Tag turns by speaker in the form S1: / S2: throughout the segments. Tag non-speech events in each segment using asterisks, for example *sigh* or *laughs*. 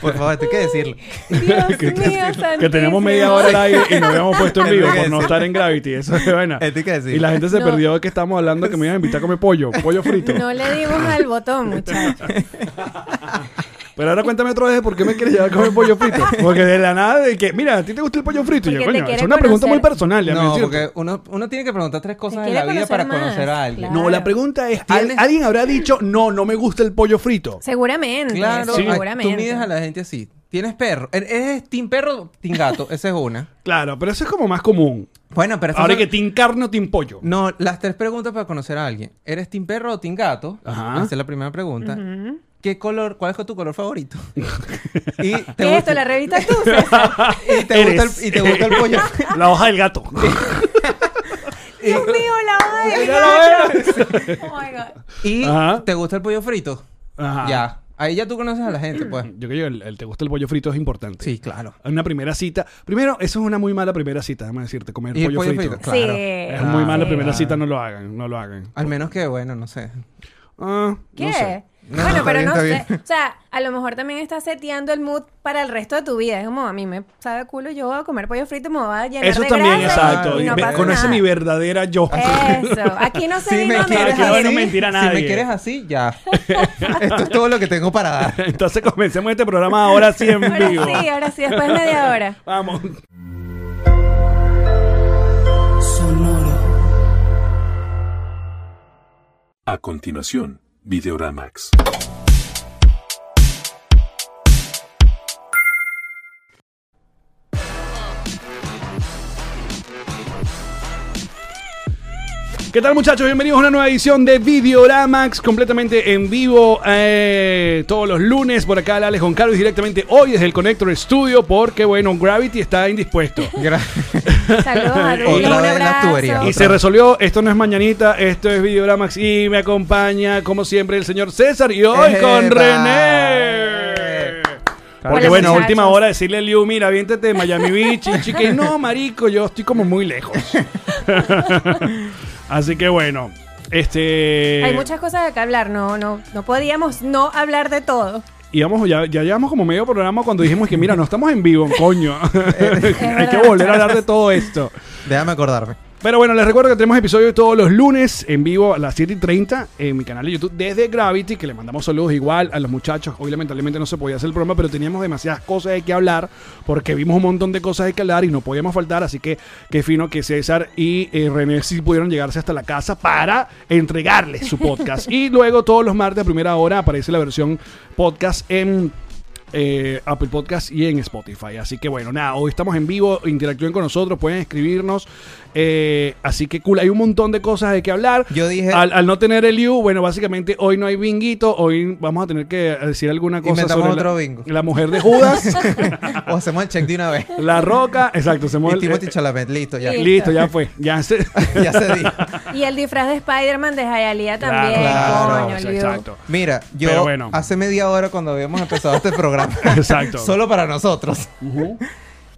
S1: Por favor, tengo que decirlo.
S2: Dios
S3: *laughs* Que- que-
S2: mío,
S3: Que tenemos media hora al aire y no habíamos puesto en
S1: *laughs* Tengo
S3: vivo
S1: que
S3: por no
S1: decir.
S3: estar en Gravity. Eso es buena.
S1: Eh, Tengo que decirlo.
S3: Y la gente se
S2: No.
S3: perdió de que estábamos hablando que me iban a invitar a comer pollo, pollo frito.
S2: No le dimos al botón, muchachos.
S3: Pero ahora cuéntame otra vez por qué me quieres llevar a comer pollo
S2: *laughs*
S3: frito. Porque de la nada de que, mira, ¿a ti te gusta el pollo frito? Y yo,
S2: Porque te
S3: coño, es
S2: quiere
S3: una pregunta muy
S2: conocer.
S3: personal. ya me
S1: No,
S3: siento.
S1: porque uno, uno tiene que preguntar tres cosas en
S2: quiere
S1: la vida para
S2: conocer más,
S1: conocer a alguien.
S2: claro.
S3: No, la pregunta es, ¿al-
S1: ¿Tienes-
S3: ¿alguien habrá dicho, no, no me gusta el pollo frito?
S2: Seguramente.
S1: Claro,
S3: Sí.
S1: ay,
S2: seguramente.
S1: tú mides a la gente así. ¿Tienes perro? ¿E- ¿Eres team perro o team
S3: *laughs*
S1: gato? Esa es una.
S3: Claro, pero eso es como más común.
S1: Bueno, pero esas
S3: Ahora
S1: son-
S3: que te carne o tin pollo.
S1: No, las tres preguntas para conocer a alguien. ¿Eres team perro o team gato?
S3: Ajá.
S1: Esa es la primera pregunta. ¿Qué color, cuál es tu color
S3: *laughs*
S1: favorito? y te
S2: ¿Qué es esto? ¿La revista tú?
S1: y te gusta
S3: Eres.
S1: el, y te gusta el
S3: *laughs*
S1: pollo.
S3: *laughs* La hoja
S1: *laughs*
S3: del gato.
S2: Dios mío, la odio.
S3: Ya lo
S2: *laughs* Oh my God.
S1: y
S3: Ajá.
S1: te gusta el pollo frito.
S3: Ajá.
S1: Ya. Ahí ya tú conoces a la gente, pues.
S3: Yo creo que el, el te gusta el pollo frito es importante.
S1: Sí, claro.
S3: Una primera cita. Primero, eso es una muy mala primera cita, déjame decirte, comer
S1: Y
S3: pollo,
S1: el pollo
S3: frito.
S1: frito.
S2: Sí.
S1: Claro.
S3: Es muy
S1: Ah,
S3: mala
S2: sí.
S3: primera cita, no lo hagan, no lo hagan.
S1: Al menos que, bueno, no sé.
S3: Ah,
S2: ¿Qué?
S3: No sé.
S1: No,
S2: bueno,
S1: está
S2: pero
S1: bien,
S2: no
S1: está
S2: sé.
S1: bien.
S2: O sea, a lo mejor también estás seteando el mood para el resto de tu vida. Es como, a mí me sabe culo, yo voy a comer pollo frito, me voy a llenar
S3: Eso
S2: de
S3: también,
S2: grasa
S3: exacto.
S2: y no
S3: Ve-
S2: pasa
S3: conoce
S2: nada. Eh.
S3: mi verdadera yo.
S2: Eso. Aquí no se
S1: Si
S2: vino
S1: me
S2: a
S1: quieres
S3: Aquí no
S2: mentir.
S3: vino mentir a
S1: así, si
S3: nadie.
S1: me quieres así, ya.
S2: *laughs*
S1: Esto es todo lo que tengo para dar.
S3: *laughs* Entonces comencemos este programa ahora sí en
S2: Ahora
S3: vivo.
S2: sí, ahora sí, después de media hora.
S3: Vamos.
S4: A continuación, Videoramax.
S3: ¿Qué tal muchachos? Bienvenidos a una nueva edición de Videoramax completamente en vivo eh, todos los lunes por acá Alex Goncalo y directamente hoy desde el Connector Studio porque bueno Gravity está indispuesto.
S1: Gra-
S2: Saludos a Rulo,
S1: *laughs* Otra vez
S2: un
S1: la
S2: abrazo.
S1: tubería.
S3: Y
S1: Otra.
S3: se resolvió, esto no es mañanita, esto es Videoramax y me acompaña como siempre el señor César y hoy
S1: ¡Epa!
S3: con René. Porque
S2: Hola,
S3: bueno, a
S2: muchachos.
S3: última hora decirle a Liu, mira, viéntete de Miami Beach y chique, no, marico, yo estoy como
S1: *laughs*
S3: muy lejos. Así que bueno, este...
S2: Hay muchas cosas de que hablar, no, no, no podíamos no hablar de todo.
S3: Y vamos, ya, ya llevamos como medio programa cuando dijimos que mira, no estamos en vivo, coño. *laughs* Hay que
S2: verdad.
S3: volver a hablar de todo esto.
S1: Déjame acordarme.
S3: Pero bueno, les recuerdo que tenemos episodios todos los lunes en vivo a las 7 y 30 en mi canal de YouTube desde Gravity, que le mandamos saludos igual a los muchachos. Hoy lamentablemente no se podía hacer el programa, pero teníamos demasiadas cosas de que hablar porque vimos un montón de cosas de que hablar y no podíamos faltar. Así que qué fino que César y eh, René sí pudieron llegarse hasta la casa para entregarles su podcast. y luego todos los martes a primera hora aparece la versión podcast en eh, Apple Podcast y en Spotify. Así que bueno, nada, hoy estamos en vivo, interactúen con nosotros, pueden escribirnos. eh, así que cool, hay un montón de cosas de que hablar.
S1: Yo dije-
S3: Al, al no tener el You, bueno, básicamente hoy no hay binguito, hoy vamos a tener que decir alguna cosa
S1: Inventamos
S3: sobre
S1: otro
S3: la,
S1: bingo.
S3: la mujer
S1: *laughs*
S3: de Judas,
S1: O hacemos el check de una vez.
S3: la roca, exacto, se
S1: Y
S3: mueve el- eh,
S1: Timothy Chalamet, listo, ya.
S2: Sí.
S3: Listo, ya fue, ya se...
S1: ya se dijo.
S2: Y el disfraz de Spider-Man de Jayalía también,
S3: *laughs*
S1: claro,
S2: coño, Liu.
S3: exacto.
S1: Mira, yo
S3: Pero bueno.
S1: hace media hora cuando habíamos empezado este programa,
S3: *laughs* Exacto.
S1: solo para nosotros,
S3: Ujú.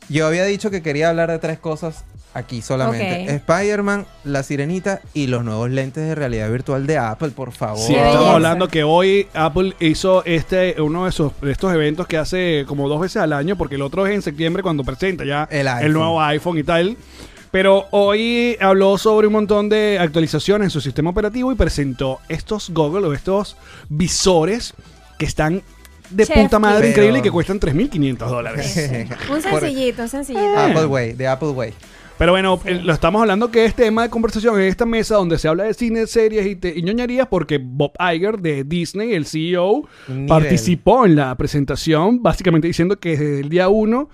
S1: yo había dicho que quería hablar de tres cosas aquí solamente.
S2: Ok.
S1: Spider-Man, La Sirenita y los nuevos lentes de realidad virtual de Apple, por favor.
S3: Sí,
S2: Qué
S3: estamos
S2: belleza.
S3: hablando que hoy Apple hizo este uno de esos de estos eventos que hace como dos veces al año, porque el otro es en septiembre cuando presenta ya
S1: El
S3: el,
S1: iPhone.
S3: nuevo iPhone y tal. Pero hoy habló sobre un montón de actualizaciones en su sistema operativo y presentó estos goggles o estos visores que están de
S2: Chef.
S3: puta madre
S1: Pero-
S3: increíble y que cuestan 3.500 dólares.
S2: Un sencillito, un sencillito.
S1: *laughs* Apple Way, de Apple Way.
S3: Pero bueno, eh, lo estamos hablando que es tema de conversación en esta mesa donde se habla de cine, series y, te- y ñoñerías porque Bob Iger de Disney, el E CEO,
S1: Nivel.
S3: participó en la presentación básicamente diciendo que desde el día 1,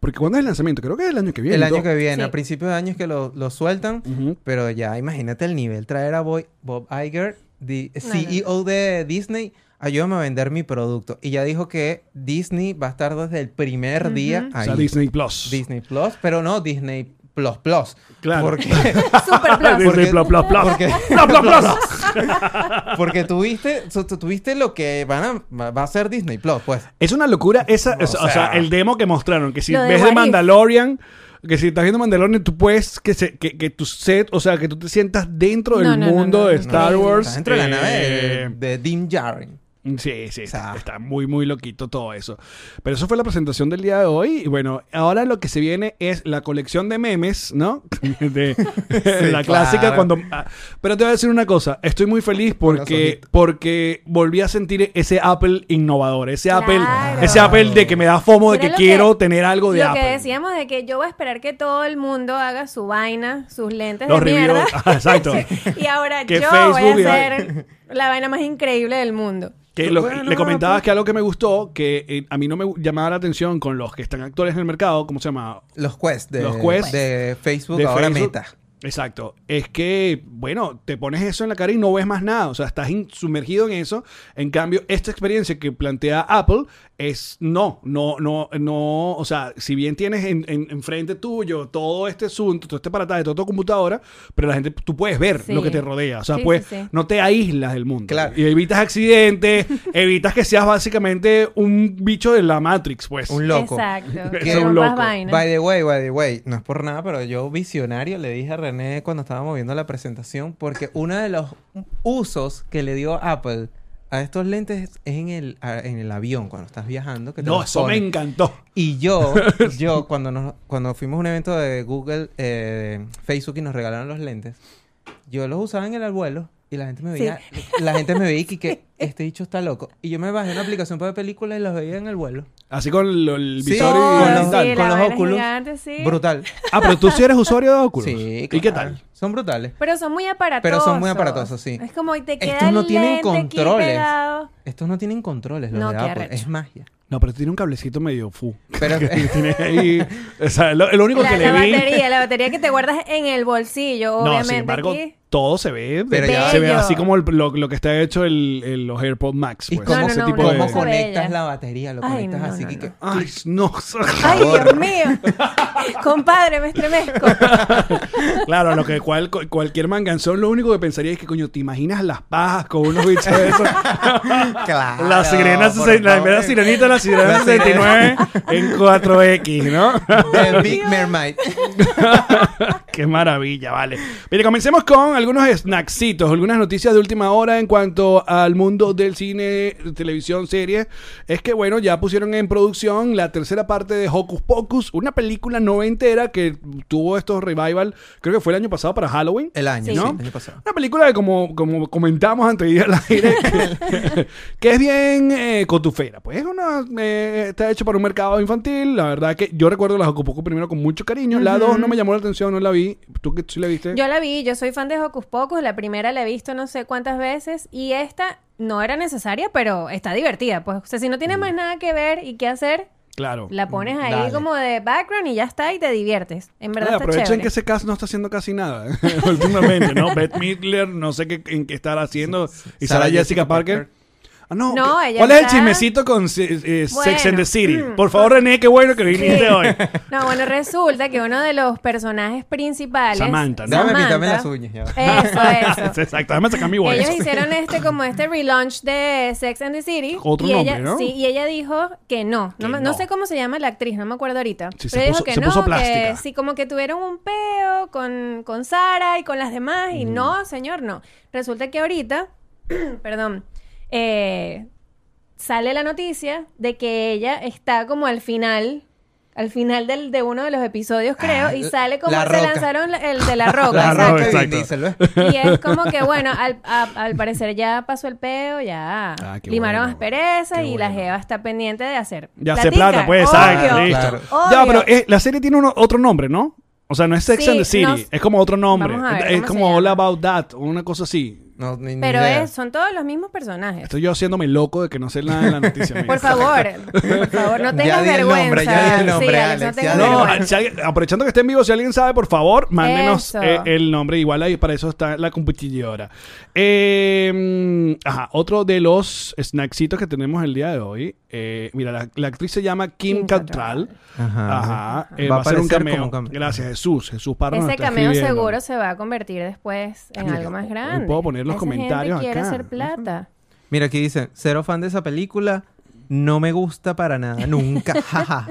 S3: porque ¿cuándo es el lanzamiento? Creo que es el año que viene.
S1: El
S3: ¿no?
S1: año que viene,
S2: Sí.
S1: a principios de año es que lo, lo sueltan,
S3: Ujú.
S1: pero ya imagínate el nivel. Traer a Boy- Bob Iger, the
S2: no,
S1: CEO de Disney, ayúdame a vender mi producto. Y ya dijo que Disney va a estar desde el primer día
S2: Ujú.
S3: O
S1: ahí.
S3: *laughs* sea, Disney Plus.
S1: Disney Plus, pero no Disney plus plus.
S3: Claro. *laughs*
S1: Porque,
S3: Ah.
S2: *laughs* Super plus.
S3: Disney
S1: Porque-
S3: Plus, Plus, Plus.
S1: porque-
S3: Plus, Plus,
S1: *laughs*
S3: Plus.
S1: porque tuviste, su- tu- tuviste lo que van a, va a ser Disney Plus, pues.
S3: Es una locura esa, es- o, sea,
S1: sea,
S3: el demo que mostraron, que si
S2: Lo de
S3: ves
S2: What
S3: de
S2: If.
S3: Mandalorian, que si estás viendo Mandalorian, tú puedes que, se- que, que tu set, o sea, que tú te sientas dentro del
S2: No, no, no,
S3: mundo
S2: no,
S3: de
S2: no.
S3: Star
S1: No,
S3: Wars.
S1: Está dentro de la nave de,
S3: eh,
S1: de Dean Jarring.
S3: Sí, sí, está,
S1: sea.
S3: está muy, muy loquito todo eso. Pero eso fue la presentación del día de hoy. Y bueno, ahora lo que se viene es la colección de memes, ¿no? *laughs* De, la clásica
S1: claro.
S3: cuando... ah, pero te voy a decir una cosa. Estoy muy feliz porque,
S1: ojitos.
S3: porque volví a sentir ese Apple innovador. Ese Apple
S2: Claro.
S3: ese Apple de que me da fomo, de
S2: Era
S3: que
S2: lo
S3: quiero tener algo de
S2: Lo
S3: Apple.
S2: que decíamos de que yo voy a esperar que todo el mundo haga su vaina, sus lentes
S3: Los
S2: de
S3: reviews.
S2: mierda. *laughs*
S3: Ah, *laughs* exacto.
S2: y ahora
S3: Que
S2: yo
S3: Facebook
S2: voy
S3: y-
S2: a hacer la vaina más increíble del mundo.
S3: Que
S1: Pero
S3: lo-
S1: bueno,
S3: le comentabas
S1: pues.
S3: que algo que me gustó, que eh, a mí no me gu- llamaba la atención con los que están actuales en el mercado, ¿cómo se llama?
S1: Los quests de,
S3: Los quests.
S1: de Facebook,
S3: de
S1: ahora
S3: Facebook.
S1: meta.
S3: Exacto. Es que, bueno, te pones eso en la cara y no ves más nada. O sea, estás in- sumergido en eso. En cambio, esta experiencia que plantea Apple es no, no, no, no. O sea, si bien tienes en- en- enfrente tuyo todo este asunto, todo este aparataje, toda tu computadora, pero la gente, tú puedes ver
S2: Sí.
S3: lo que te rodea. O sea,
S2: Sí,
S3: pues
S2: sí, sí.
S3: no te aíslas del mundo.
S1: Claro.
S3: Y
S2: *laughs*
S3: evitas accidentes, evitas que seas básicamente un bicho de la Matrix, pues.
S1: Un loco.
S3: *laughs*
S2: Exacto.
S3: Es
S2: Que
S3: un
S2: rompas
S3: loco.
S2: vainas.
S1: By the way, by the way, no es por nada, pero yo visionario le dije a René cuando estábamos viendo la presentación, porque uno de los usos que le dio Apple a estos lentes es en el, a- en el avión, cuando estás viajando. Que te
S3: No,
S1: los
S3: eso me
S1: pones.
S3: encantó.
S1: Y
S3: *laughs*
S1: yo, yo cuando, nos, cuando fuimos a un evento de Google, eh, Facebook y nos regalaron los lentes, yo los usaba en el vuelo y la gente me veía, la gente me veía y que, que este dicho está loco. Y yo me bajé una aplicación para ver películas y los veía en el vuelo.
S3: Así con lo- el
S1: Sí,
S3: visor
S1: con
S3: y
S1: los-
S3: digital.
S1: con los
S2: vaina
S1: óculos.
S2: gigante, sí.
S1: Brutal.
S3: Ah, pero tú sí eres usuario de Oculus.
S1: Sí,
S3: ¿Y qué
S1: claro.
S3: tal?
S1: Son brutales.
S2: Pero son muy aparatosos.
S1: Pero son muy aparatosos, sí.
S2: Es como, y te queda
S1: Estos no
S2: el
S1: tienen
S2: lente aquí
S1: controles.
S2: pegado.
S1: Estos no tienen controles, los
S2: No,
S1: de
S2: qué
S1: Apple.
S2: arrecho.
S1: Es magia.
S3: No, pero tiene un cablecito medio fu.
S1: Pero
S3: *laughs* Que tiene ahí. O sea, lo, lo único
S2: La,
S3: que
S2: la
S3: le vi.
S2: batería, la batería que te guardas en el bolsillo,
S3: No,
S2: obviamente.
S3: sin embargo,
S2: aquí.
S3: todo se ve. de-
S1: Pero ya-
S3: se ve
S2: Bello.
S3: así como el- lo, lo que está hecho el, el- los AirPods Max.
S1: ¿Y
S3: Pues,
S1: cómo,
S2: No, no,
S3: ese
S2: no,
S3: tipo
S2: una
S1: cómo
S3: de.
S2: cosa
S1: conectas
S2: bella.
S1: la batería? Lo
S2: Ay,
S1: conectas
S2: no,
S1: así
S2: no,
S1: que-
S2: no.
S1: que-
S3: Ay, no. *laughs*
S2: Ay, Dios
S1: Ahora.
S2: mío. *laughs* Compadre, me estremezco.
S3: claro, lo que cual, cualquier manganzón, lo único que pensaría es que, coño, ¿te imaginas las pajas con unos bichos de esos?
S1: *laughs* Claro,
S3: la sirena,
S1: por
S3: se- la
S1: favor. *laughs*
S3: primera sirenita, la sirena
S1: La sirena.
S3: 69 en 4X, ¿no?
S1: The Big Mermaid.
S3: Qué maravilla, vale. Mire, comencemos con algunos snacksitos, algunas noticias de última hora en cuanto al mundo del cine, televisión, series. Es que, bueno, ya pusieron en producción la tercera parte de Hocus Pocus, una película noventera que tuvo estos revival, creo que fue el año pasado para Halloween.
S1: El año,
S2: Sí.
S1: sí,
S3: ¿No?
S1: el año pasado.
S3: Una película que como, como comentamos antes de ir al aire, que, que es bien eh, cotufera. Pues es una, eh, está hecho para un mercado infantil. La verdad que yo recuerdo las Ocupoco primero con mucho cariño. La dos no me llamó la atención, no la vi. ¿Tú que sí la viste?
S2: Yo la vi, yo soy fan de Hocus Pocus, la primera la he visto no sé cuántas veces y esta no era necesaria, pero está divertida. Pues, o sea, si no
S3: Mm.
S2: tienes más nada que ver y qué hacer,
S3: claro.
S2: la pones ahí
S1: Dale.
S2: como de background y ya está y te diviertes. En verdad
S3: Ay,
S2: está
S3: aprovechen
S2: chévere.
S3: que ese cast no está haciendo casi nada *laughs* últimamente, ¿no? Beth Midler, no sé qué, en qué estará haciendo. Y Sara Jessica Parker. Ah, no.
S2: No, ella
S3: ¿Cuál es el
S2: está-
S3: chismecito con eh, eh, Sex and the
S2: Bueno,
S3: City?
S2: mm.
S3: Por favor, René, qué bueno que viniste
S2: Sí.
S3: hoy.
S2: No, bueno, resulta que uno de los personajes principales.
S3: Samantha, ¿no?
S1: Déjame pintarme
S2: Samantha-
S1: las uñas. ya va.
S2: Eso, *laughs* eso.
S3: *laughs* Exacto, déjame sacar mi bolsa.
S2: Ellos
S3: *laughs*
S2: hicieron este como este relaunch de Sex and the City.
S3: Otro
S2: y
S3: nombre,
S2: ella,
S3: ¿no?
S2: Sí, y ella dijo que no.
S3: Que
S2: no, me-
S3: no.
S2: no sé cómo se llama la actriz, no me acuerdo ahorita.
S3: Sí, se
S2: pero ella
S3: puso-
S2: dijo que
S3: se
S2: no,
S3: puso
S2: que
S3: plástica.
S2: sí, como que tuvieron un peo con, con Sara y con las demás. Y no,
S3: Mm.
S2: señor, no. Resulta que ahorita, *clears throat* perdón, eh, sale la noticia de que ella está como al final. Al final del, de uno de los episodios, creo,
S1: Ah,
S2: y
S1: la-
S2: sale como
S1: La
S2: se
S1: Roca.
S2: lanzaron la- el
S3: *laughs*
S2: de la roca.
S3: La
S2: exacto.
S1: Vin
S3: Roca, exacto.
S1: Diesel, ¿ves?
S2: Y es como que, bueno, al, a- al parecer ya pasó el peo, ya
S3: Ah, qué
S2: limaron
S3: bueno.
S2: asperezas
S3: Qué
S2: y la
S3: bueno.
S2: Jeva está pendiente de hacer.
S3: Ya hace
S2: platica,
S3: plata, pues, exacto,
S2: obvio.
S3: listo.
S1: Claro.
S3: Ya,
S2: Obvio.
S3: pero eh, la serie tiene uno- otro nombre, ¿no? O sea, no es Sex
S2: Sí,
S3: and the City,
S2: no-
S3: es como otro nombre.
S2: Vamos a ver,
S3: es
S2: ¿cómo se
S3: como
S2: llama?
S3: All About That, o una cosa así.
S1: No, ni, ni
S2: Pero
S1: idea.
S2: es, son todos los mismos personajes.
S3: Estoy yo haciéndome loco de que no sé nada de la
S2: *laughs*
S3: noticia. mira.
S2: Por favor, por favor,
S3: *laughs*
S2: no
S1: Ya
S2: tengas
S1: di el
S2: vergüenza.
S1: nombre, ya di el nombre,
S2: sí, Alex, no
S1: Alex, ya
S2: tengas
S1: di el
S3: No,
S1: nombre.
S2: vergüenza.
S3: si alguien- aprovechando que esté en vivo, si alguien sabe, por favor, mándenos
S2: Eso.
S3: eh, el nombre. Igual ahí para eso está la computadora. Eh, ajá, otro de los snacksitos que tenemos el día de hoy. eh, mira, la, la actriz se llama Kim,
S2: Kim
S3: Cattrall.
S2: Cattrall.
S1: Ajá.
S3: Ajá. eh,
S1: Va
S3: va,
S1: a
S3: a ser
S1: aparecer
S3: un
S1: como
S3: cameo.
S1: un cameo.
S3: Gracias, Jesús. Jesús Parra nos
S2: Ese
S3: está
S2: cameo
S3: escribiendo.
S2: seguro se va a convertir después en
S3: Mira,
S2: algo más
S3: hoy
S2: grande.
S3: puedo poner los
S2: Esa
S3: comentarios
S2: gente quiere
S3: acá.
S2: hacer plata.
S1: Mira, aquí dice, cero fan de esa película, no me gusta para nada,
S2: *laughs*
S1: nunca, jaja.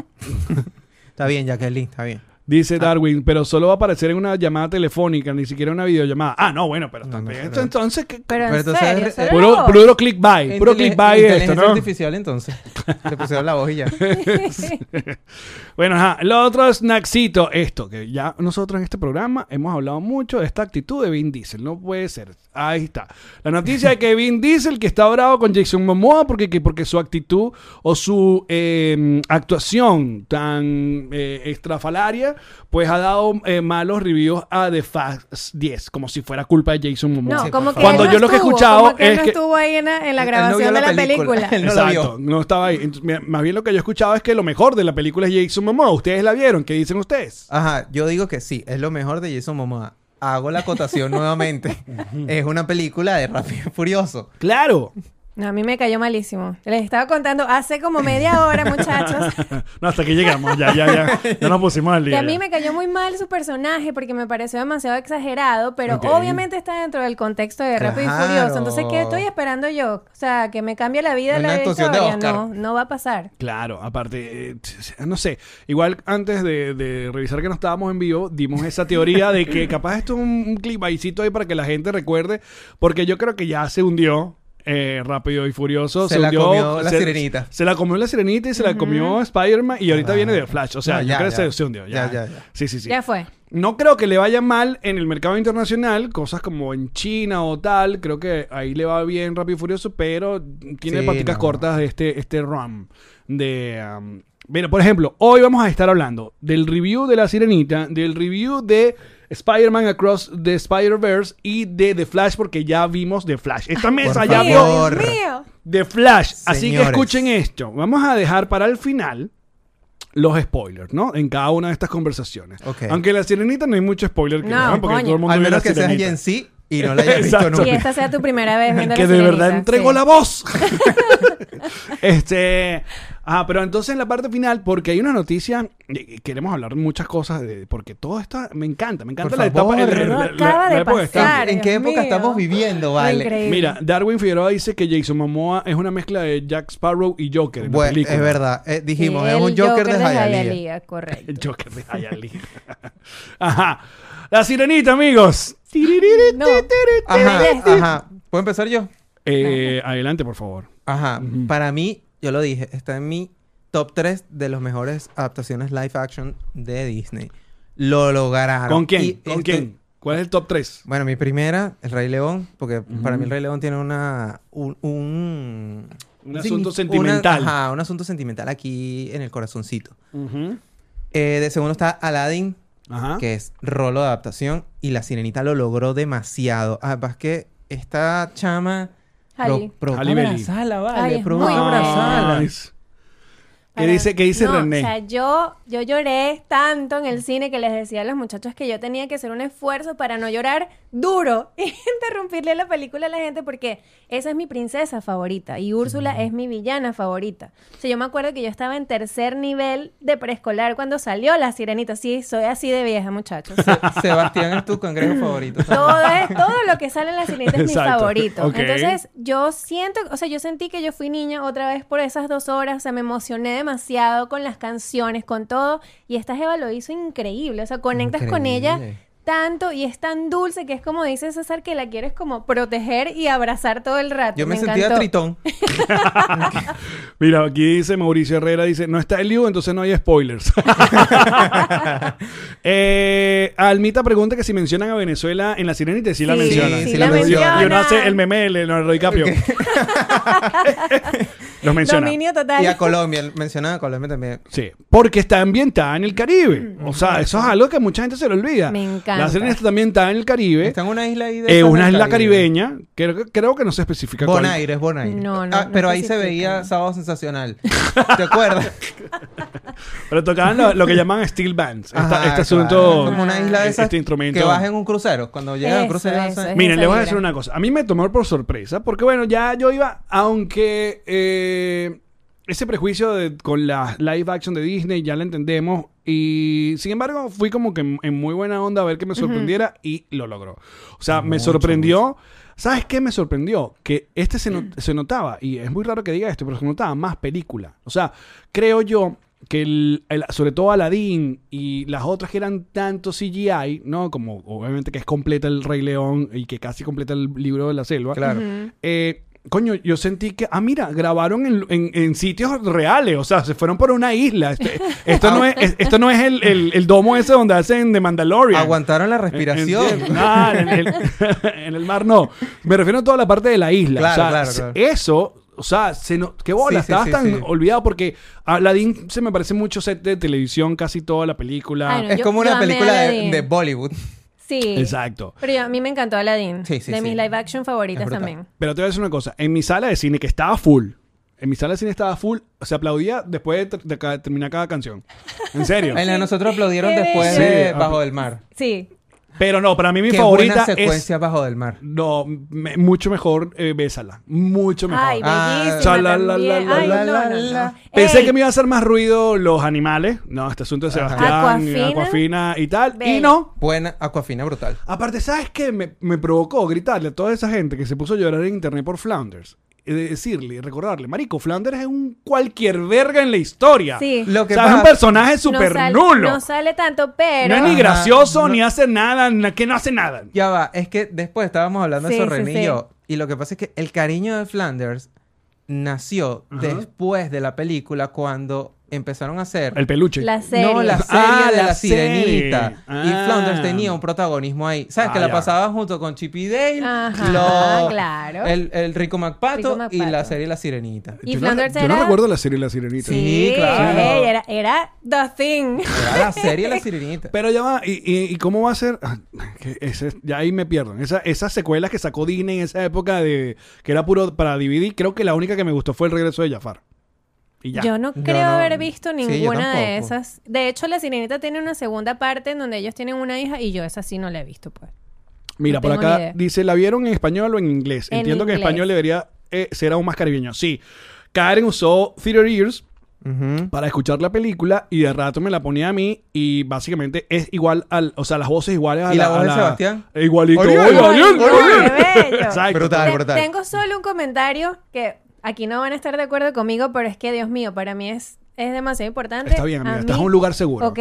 S1: está bien, Jacqueline, está bien.
S3: Dice Darwin, pero solo va a aparecer en una llamada telefónica, ni siquiera una videollamada. Ah, no, bueno, pero
S1: No,
S3: también.
S1: no,
S3: esto
S1: pero-
S3: entonces, ¿qué-
S2: Pero en
S1: Pero entonces
S2: serio,
S1: es-
S2: solo
S3: Puro,
S2: vos.
S3: puro clickbait, puro
S1: Intele-
S3: clickbait esto,
S1: inteligencia
S3: ¿no?
S1: artificial entonces. Le pusieron la voz y ya.
S3: Bueno, ajá. Lo otro es Naxito. Esto, que ya nosotros en este programa hemos hablado mucho de esta actitud de Vin Diesel. No puede ser. Ahí está. La noticia de que Vin Diesel, que está bravo con Jason Momoa porque, que- porque su actitud o su eh, actuación tan eh, estrafalaria, pues ha dado eh, malos reviews a The Fast 10, como si fuera culpa de Jason Momoa.
S2: No,
S1: Sí,
S2: como
S1: por
S2: que
S1: favor.
S2: él
S3: Cuando
S2: no
S3: yo lo que he
S2: estuvo,
S3: escuchado
S2: como que él
S3: es
S2: no
S3: que-
S2: estuvo ahí en la, en la
S1: Él no
S2: grabación
S1: vio
S2: de
S1: la
S2: la
S1: película.
S2: película.
S1: Él no la
S3: Exacto, no estaba ahí. Entonces, mira, más bien lo que yo he escuchado es que lo mejor de la película es Jason Momoa. ¿Ustedes la vieron? ¿Qué dicen ustedes?
S1: Ajá, yo digo que sí, es lo mejor de Jason Momoa. Hago la acotación
S3: *laughs*
S1: nuevamente. es una película de Rápido y Furioso.
S3: Claro.
S2: No, a mí me cayó malísimo. Les estaba contando hace como
S1: *laughs*
S2: media hora, muchachos,
S3: *laughs* No, hasta que llegamos, ya, ya, ya. Ya nos pusimos
S2: *laughs*
S3: al
S2: que
S3: día.
S2: a mí
S3: ya.
S2: me cayó muy mal su personaje porque me pareció demasiado exagerado, pero
S3: Ok.
S2: obviamente está dentro del contexto de Rápido
S1: Claro.
S2: y Furioso. Entonces, ¿qué estoy esperando yo? O sea, que me cambie la vida
S1: Una
S2: la
S1: actuación de
S2: historia.
S1: Oscar.
S2: No, no va a pasar.
S3: Claro, aparte, eh, t- t- no sé, igual antes de, de revisar que no estábamos en vivo, dimos esa teoría
S2: *laughs*
S3: de que capaz esto es un clipaycito ahí para que la gente recuerde, porque yo creo que ya se hundió eh, rápido y furioso.
S1: Se
S3: se
S1: la
S3: hundió,
S1: comió la
S3: se-
S1: sirenita. Ah.
S3: Se la comió la sirenita y se la comió Spider-Man y ahorita viene de Flash. O sea,
S1: No,
S3: yo
S1: ya,
S3: creo que
S1: ya.
S3: se- se hundió. Ya,
S1: Ya, ya, ya.
S3: Sí, sí, sí.
S2: Ya fue.
S3: No creo que le vaya mal en el mercado internacional, cosas como en China o tal. Creo que ahí le va bien Rápido y Furioso, pero tiene
S1: Sí,
S3: paticas
S1: no.
S3: cortas de este, este RAM. De, um, mira, por ejemplo, hoy vamos a estar hablando del review de La Sirenita, del review de Spider-Man Across the Spider-Verse y de The Flash, porque ya vimos The Flash. Esta mesa ya
S2: Dios
S1: Ah, favor.
S3: vio
S2: mío.
S3: The Flash. Así que
S1: Señores.
S3: escuchen esto. Vamos a dejar para el final los spoilers, ¿no? En cada una de estas conversaciones.
S1: Ok.
S3: Aunque la sirenita no hay mucho spoiler que
S2: No,
S3: no, porque
S2: coño.
S3: todo el mundo
S1: Al
S3: vio la
S1: menos que seas
S3: sirenita.
S1: Gen Z y no la hayas
S3: Exacto.
S1: visto
S2: Y
S1: nunca.
S2: esta sea tu primera vez viendo
S3: que
S2: la
S3: de verdad
S2: Sirenita,
S3: entregó
S2: sí.
S3: la voz.
S2: *laughs*
S3: este, ah, pero entonces en la parte final, porque hay una noticia, y- y queremos hablar muchas cosas, de, porque todo esto me encanta, me encanta
S1: Por
S3: la
S1: favor.
S3: etapa. el-
S2: No,
S3: la-
S2: acaba
S3: la-
S2: de
S3: la época de Stan.
S2: pasar.
S1: ¿En qué
S2: Dios
S1: época
S2: mío.
S1: estamos viviendo,
S2: Fue
S1: vale?
S2: increíble.
S3: Mira, Darwin Figueroa dice que Jason Momoa es una mezcla de Jack Sparrow y Joker. en la
S1: Bueno,
S3: película.
S1: es verdad. eh, dijimos,
S2: Y
S1: es
S2: el
S1: un Joker, de Hialeah.
S2: Hialeah, correcto.
S1: *laughs*
S3: El Joker de Hayali. Ajá. La sirenita, amigos.
S2: No.
S1: Ajá,
S2: Belleza.
S1: ajá. ¿Puedo empezar yo?
S3: Eh, adelante, por favor.
S1: Ajá. Para mí, yo lo dije, está en mi top 3 de las mejores adaptaciones live action de Disney. Lo lograron.
S3: ¿Con quién?
S1: Y este
S3: ¿Con
S1: estoy-
S3: quién? ¿Cuál es el top 3?
S1: Bueno, mi primera, El Rey León, porque para mí El Rey León tiene una... Un, un,
S3: Un asunto
S1: signi-
S3: sentimental.
S1: una- ajá, un asunto sentimental aquí en el corazoncito. Eh, de segundo está Aladdin,
S3: Ajá.
S1: que es rolo de adaptación, y La Sirenita lo logró demasiado. Además que esta chama...
S2: Halle.
S1: provoca
S3: Halle Berry.
S1: abrazarla,
S2: Ay,
S1: vale.
S2: es
S1: provoca
S2: muy buena.
S1: abrazarla.
S3: Ah, Nice. ¿Qué dice, qué dice
S2: No,
S3: René?
S2: O sea, yo, yo lloré tanto en el cine que les decía a los muchachos que yo tenía que hacer un esfuerzo para no llorar duro *laughs* y interrumpirle la película a la gente porque esa es mi princesa favorita y Úrsula es mi villana favorita. O sea, yo me acuerdo que yo estaba en tercer nivel de preescolar cuando salió La Sirenita. Sí, soy así de vieja, muchachos. Sí.
S1: Sebastián es tu cangrejo favorito.
S2: todo, es- todo lo que sale en la sirenita es mi
S3: Exacto.
S2: favorito.
S3: Ok.
S2: Entonces, yo siento, o sea, yo sentí que yo fui niña otra vez por esas dos horas, o sea, me emocioné demasiado con las canciones, con todo, y esta Jeva lo hizo increíble, o sea, conectas con ella
S1: Increíble.
S2: tanto y es tan dulce que es como dice César que la quieres como proteger y abrazar todo el rato.
S1: Yo me,
S2: encantó.
S1: sentía tritón.
S3: Mira, aquí dice Mauricio Herrera, dice, no está el Eliu, entonces no
S2: *laughs*
S3: hay spoilers. eh, Almita pregunta que si mencionan a Venezuela en La Sirenita, sí, la
S2: Sí,
S3: mencionan.
S1: sí la
S3: Y uno
S2: mencionan. *laughs*
S3: hace el meme de Leonardo DiCaprio. Los menciona.
S2: Dominio total.
S1: Y a Colombia, mencionaba a Colombia también.
S3: Sí, porque está ambientada en el Caribe. O sea, eso es algo que mucha gente se lo olvida.
S2: Mm. Me encanta.
S3: La serie está ambientada en el Caribe.
S1: Está en una isla ahí de San
S3: Es Eh, una
S1: del
S3: isla
S1: Caribe.
S3: caribeña. Creo, que- creo que no se especifica cuál.
S1: Bonaire, es Bonaire.
S2: No, no,
S1: Ah,
S2: no
S1: pero ahí se
S2: especifica.
S1: veía Sábado Sensacional. *laughs* ¿Te
S3: *laughs*
S1: acuerdas?
S3: Pero tocaban lo, lo que llaman steel bands. Esta-
S1: Ajá,
S3: este
S1: Ah, claro.
S3: asunto.
S1: Como una isla de
S3: este
S1: esas
S3: instrumento.
S1: que vas en un crucero. Cuando llegas al
S2: Eso,
S1: crucero...
S2: eso,
S1: hacen-
S2: es.
S3: Miren,
S2: esa
S3: les voy a
S2: vibra.
S3: decir una cosa. A mí me tomó por sorpresa, porque bueno, ya yo iba, aunque eh, ese prejuicio de- con la live action de Disney ya la entendemos, y sin embargo fui como que en, en muy buena onda a ver que me sorprendiera y lo logró. O sea, me sorprendió. ¿Sabes qué me sorprendió? Que este se, not- se notaba, y es muy raro que diga esto, pero se notaba más película. O sea, creo yo que el- el- sobre todo Aladdin y las otras que eran tanto CGI, ¿no? Como obviamente que es completa el Rey León y que casi completa el libro de la selva.
S1: Claro.
S3: Eh, coño, yo sentí que, ah, mira, grabaron en, en- en sitios reales, o sea, se fueron por una isla.
S2: *laughs*
S3: Este- esto no es, es- esto no es el, el- el domo ese donde hacen de Mandalorian.
S1: Aguantaron la *laughs*
S3: En- en-
S1: respiración.
S3: no, en, el, *laughs* en el mar no. Me refiero a toda la parte de la isla.
S1: Claro,
S3: o sea,
S1: claro,
S3: se-
S1: claro.
S3: Eso, o sea, se no- qué bola,
S1: Sí, sí,
S3: estabas
S1: sí,
S3: tan
S1: sí.
S3: olvidado porque Aladdin se me parece mucho set de televisión, casi toda la película.
S2: Ay, Ah, no,
S1: Es
S2: yo-
S1: como
S2: yo
S1: una
S2: amé
S1: película de,
S2: Aladdin.
S1: de
S3: *laughs*
S1: Bollywood.
S2: Sí.
S3: Exacto.
S2: Pero yo- a mí me encantó Aladdin.
S1: Sí, sí,
S2: de
S1: sí.
S2: mis live action
S1: Es
S2: favoritas
S1: brutal.
S2: también.
S3: Pero te voy a decir una cosa. En mi sala de cine, que estaba full, en mi sala de cine estaba full, se aplaudía después de, ter- de cada- terminar cada canción. En serio.
S1: *laughs* En la de nosotros aplaudieron
S2: Qué
S1: después
S2: bello.
S1: de
S3: Sí,
S1: Bajo del Mar.
S2: Sí.
S3: Pero no, para mí mi
S1: Qué
S3: favorita
S1: buena
S3: es...
S1: secuencia Bajo del Mar.
S3: No, me- mucho mejor eh, Bésala. Mucho mejor.
S2: Ay,
S1: Ah.
S2: bellísima
S3: Cha, la, la,
S2: también.
S3: la,
S2: Ay,
S1: la,
S2: no,
S1: la,
S2: no, no.
S1: la.
S3: Pensé
S2: Ey,
S3: que me iba a hacer más ruido los animales. No, este asunto de
S1: Ajá.
S3: Sebastián, Aquafina,
S2: Aquafina.
S3: y tal. Y
S2: Bella.
S3: no.
S1: Buena, Aquafina brutal.
S3: Aparte, ¿sabes qué? Me, me provocó gritarle a toda esa gente que se puso a llorar en internet por Flanders. Y de- decirle, y recordarle, marico, Flanders es un cualquier verga en la historia.
S2: Sí.
S1: Lo
S3: O
S1: que
S3: sea, es un
S1: pasa-
S3: personaje
S2: no
S3: súper
S2: sale-
S3: nulo.
S2: No sale tanto, pero...
S3: no es ni
S1: Ajá,
S3: gracioso,
S1: no-
S3: ni hace nada, na- que no hace nada.
S1: Ya va, es que después estábamos hablando
S2: Sí,
S1: de
S2: sí,
S1: Sorreni y
S2: sí.
S1: yo, y lo que pasa es que el cariño de Flanders nació
S3: Ajá.
S1: después de la película cuando empezaron a hacer...
S3: El peluche.
S2: La serie.
S1: No,
S3: *laughs*
S1: la serie
S3: Ah,
S1: de
S3: la
S1: la, sirenita.
S3: serie. Ah.
S1: Y Flanders tenía un protagonismo ahí. ¿Sabes?
S3: Ah,
S1: que la
S3: ya.
S1: pasaba junto con Chippy Dale,
S2: Ajá,
S1: lo-
S2: claro.
S1: el, el Rico McPato
S2: Rico
S1: y
S2: McPato.
S1: la serie La Sirenita.
S2: Y
S3: yo,
S2: Flanders
S3: no, yo no
S2: era-
S3: recuerdo la serie La Sirenita.
S1: Sí, claro.
S2: ey, era, era The Thing.
S1: Era la serie La
S3: *laughs*
S1: Sirenita.
S3: Pero ya va, ¿y, y, y cómo va a ser? Ah, que ese- ya ahí me pierdo. Esa- esas secuelas que sacó Disney en esa época de que era puro para DVD, creo que la única que me gustó fue El regreso de Jafar. Y *laughs* ya.
S2: Yo no
S1: Yo
S2: creo
S1: no-
S2: haber visto
S1: sí, yo
S2: ninguna de
S1: tampoco.
S2: esas. De hecho, La Sirenita tiene una segunda parte en donde ellos tienen una hija y yo esa sí no la he visto, pues.
S3: Mira,
S2: no
S3: por
S2: tengo ni
S3: acá
S2: idea.
S3: dice, ¿la vieron en español o en inglés?
S2: En
S3: Entiendo que en
S2: inglés.
S3: español debería eh, ser aún más caribeño. Sí. Karen usó Theater Ears
S1: Ujú.
S3: para escuchar la película y de rato me la ponía a mí y básicamente es igual al, o sea, las voces iguales a
S1: ¿Y la
S3: a
S1: voz de Sebastián?
S3: Igualito.
S1: Oriol,
S3: ¡Ay, Oriol,
S2: Oriol,
S3: Oriol!
S2: qué bello.
S3: Exacto.
S1: Brutal,
S2: Te-
S1: brutal.
S2: Tengo solo un comentario que aquí no van a estar de acuerdo conmigo, pero es que, Dios mío, para mí es, es demasiado importante.
S3: Está bien, amiga,
S2: A
S3: estás
S2: mí-
S3: en un lugar seguro.
S2: Ok.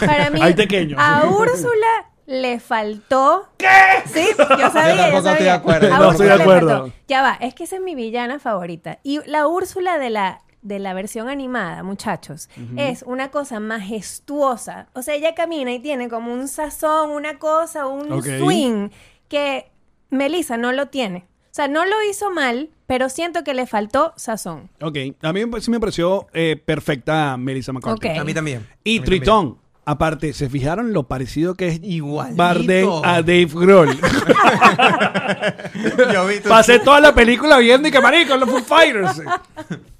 S2: Para
S3: *laughs*
S2: mí,
S3: Ahí pequeño.
S2: a Úrsula le faltó... ¿Qué? Sí, yo sabía,
S1: Yo tampoco estoy
S2: sabía.
S1: de acuerdo.
S2: A
S3: No,
S2: Úrsula
S3: estoy de
S2: le
S3: acuerdo.
S2: faltó. Ya va, es que esa es mi villana favorita. Y la Úrsula de la, de la versión animada, muchachos, es una cosa majestuosa. O sea, ella camina y tiene como un sazón, una cosa, un
S3: Ok.
S2: swing que Melissa no lo tiene. O sea, no lo hizo mal, pero siento que le faltó sazón.
S3: Ok, a mí sí me pareció eh, perfecta Melissa McCarthy.
S2: Ok.
S1: A mí también.
S3: Y
S1: A mí
S3: Tritón, aparte, ¿se fijaron lo parecido que es
S1: Igualito.
S3: Bardem a Dave
S1: *laughs*
S3: Grohl?
S1: también. *laughs* Yo vi tu-
S3: *laughs* Pasé toda la película viendo y que marico, los Foo Fighters.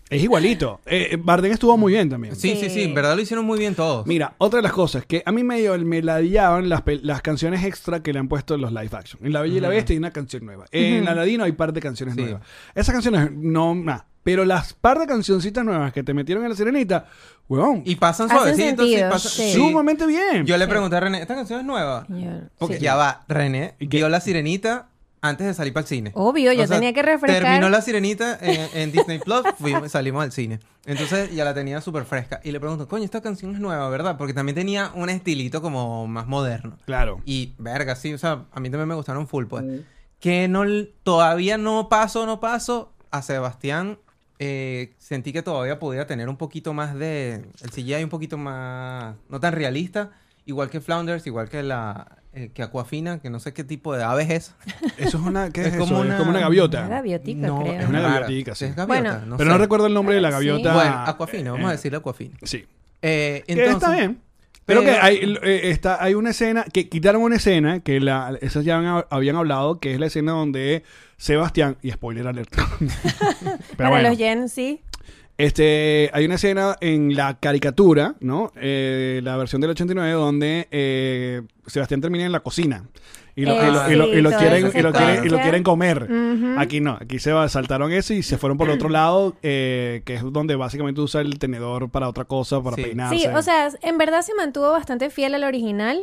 S3: es igualito. Eh, Bardem estuvo muy bien también.
S1: Sí, sí, sí. En verdad lo hicieron muy bien todos.
S3: *laughs* Mira, otra de las cosas que a mí medio me ladiaban las, pel- las canciones extra que le han puesto en los live action. En La Bella y la Bestia hay una canción nueva. En Aladino hay par de canciones
S1: Mm. Sí.
S3: nuevas. Esas canciones, no, nada. Pero las par de cancioncitas nuevas que te metieron en La Sirenita, huevón,
S1: Y pasan
S2: Hacen
S1: suavecitos. y
S2: sentido,
S1: pasan-
S2: sí.
S3: sumamente bien.
S1: Yo le pregunté a René, ¿esta canción es nueva?
S2: Yo-
S1: Porque
S2: sí.
S1: ya va, René
S3: ¿Y qué?
S1: vio La Sirenita antes de salir para el cine.
S2: Obvio, yo tenía que refrescar.
S1: Terminó La Sirenita en, en Disney Plus, fuimos- salimos al cine. Entonces ya la tenía súper fresca. Y le pregunto, coño, esta canción es nueva, ¿verdad? Porque también tenía un estilito como más moderno. *laughs*
S3: Claro.
S1: Y verga, sí, o sea, a mí también me gustaron full, pues. Que no, todavía no paso, no paso. A Sebastián eh, sentí que todavía podía tener un poquito más de. El CGI un poquito más. No tan realista. Igual que Flounders, igual que la eh, que Aquafina, que no sé qué tipo de ave es.
S3: Eso es una, ¿qué es,
S1: Es como
S3: eso? Es
S1: una-
S3: como una gaviota.
S2: Una gaviotica,
S1: no,
S2: creo.
S3: es una
S1: rara.
S3: gaviotica, sí.
S1: Es gaviota,
S2: Bueno.
S1: no
S3: Pero
S1: sé.
S3: no recuerdo el nombre de la
S2: Sí.
S3: gaviota.
S1: Bueno, Aquafina, vamos a decirle Aquafina.
S3: Sí.
S1: Eh,
S3: Que
S1: entonces,
S3: está bien. Pero que
S1: Pero-
S3: hay, eh, está, hay una escena, que quitaron una escena, que la, esas ya han- habían hablado, que es la escena donde Sebastián, y spoiler alert, *laughs* pero
S2: Para
S3: bueno,
S2: los Gen, sí.
S3: este, hay una escena en la caricatura, ¿no? Eh, la versión del 89, donde eh, Sebastián termina en la cocina y lo, y lo- y lo- y lo
S1: Éxito,
S3: quieren, y lo quieren- y lo
S2: secuencia.
S3: quieren comer.
S2: Ujú.
S3: Aquí no, aquí se va- saltaron eso y se fueron por otro lado, eh, que es donde básicamente usa el tenedor para otra cosa, para
S1: Sí.
S3: peinarse.
S2: Sí, o sea, en verdad se mantuvo bastante fiel al original.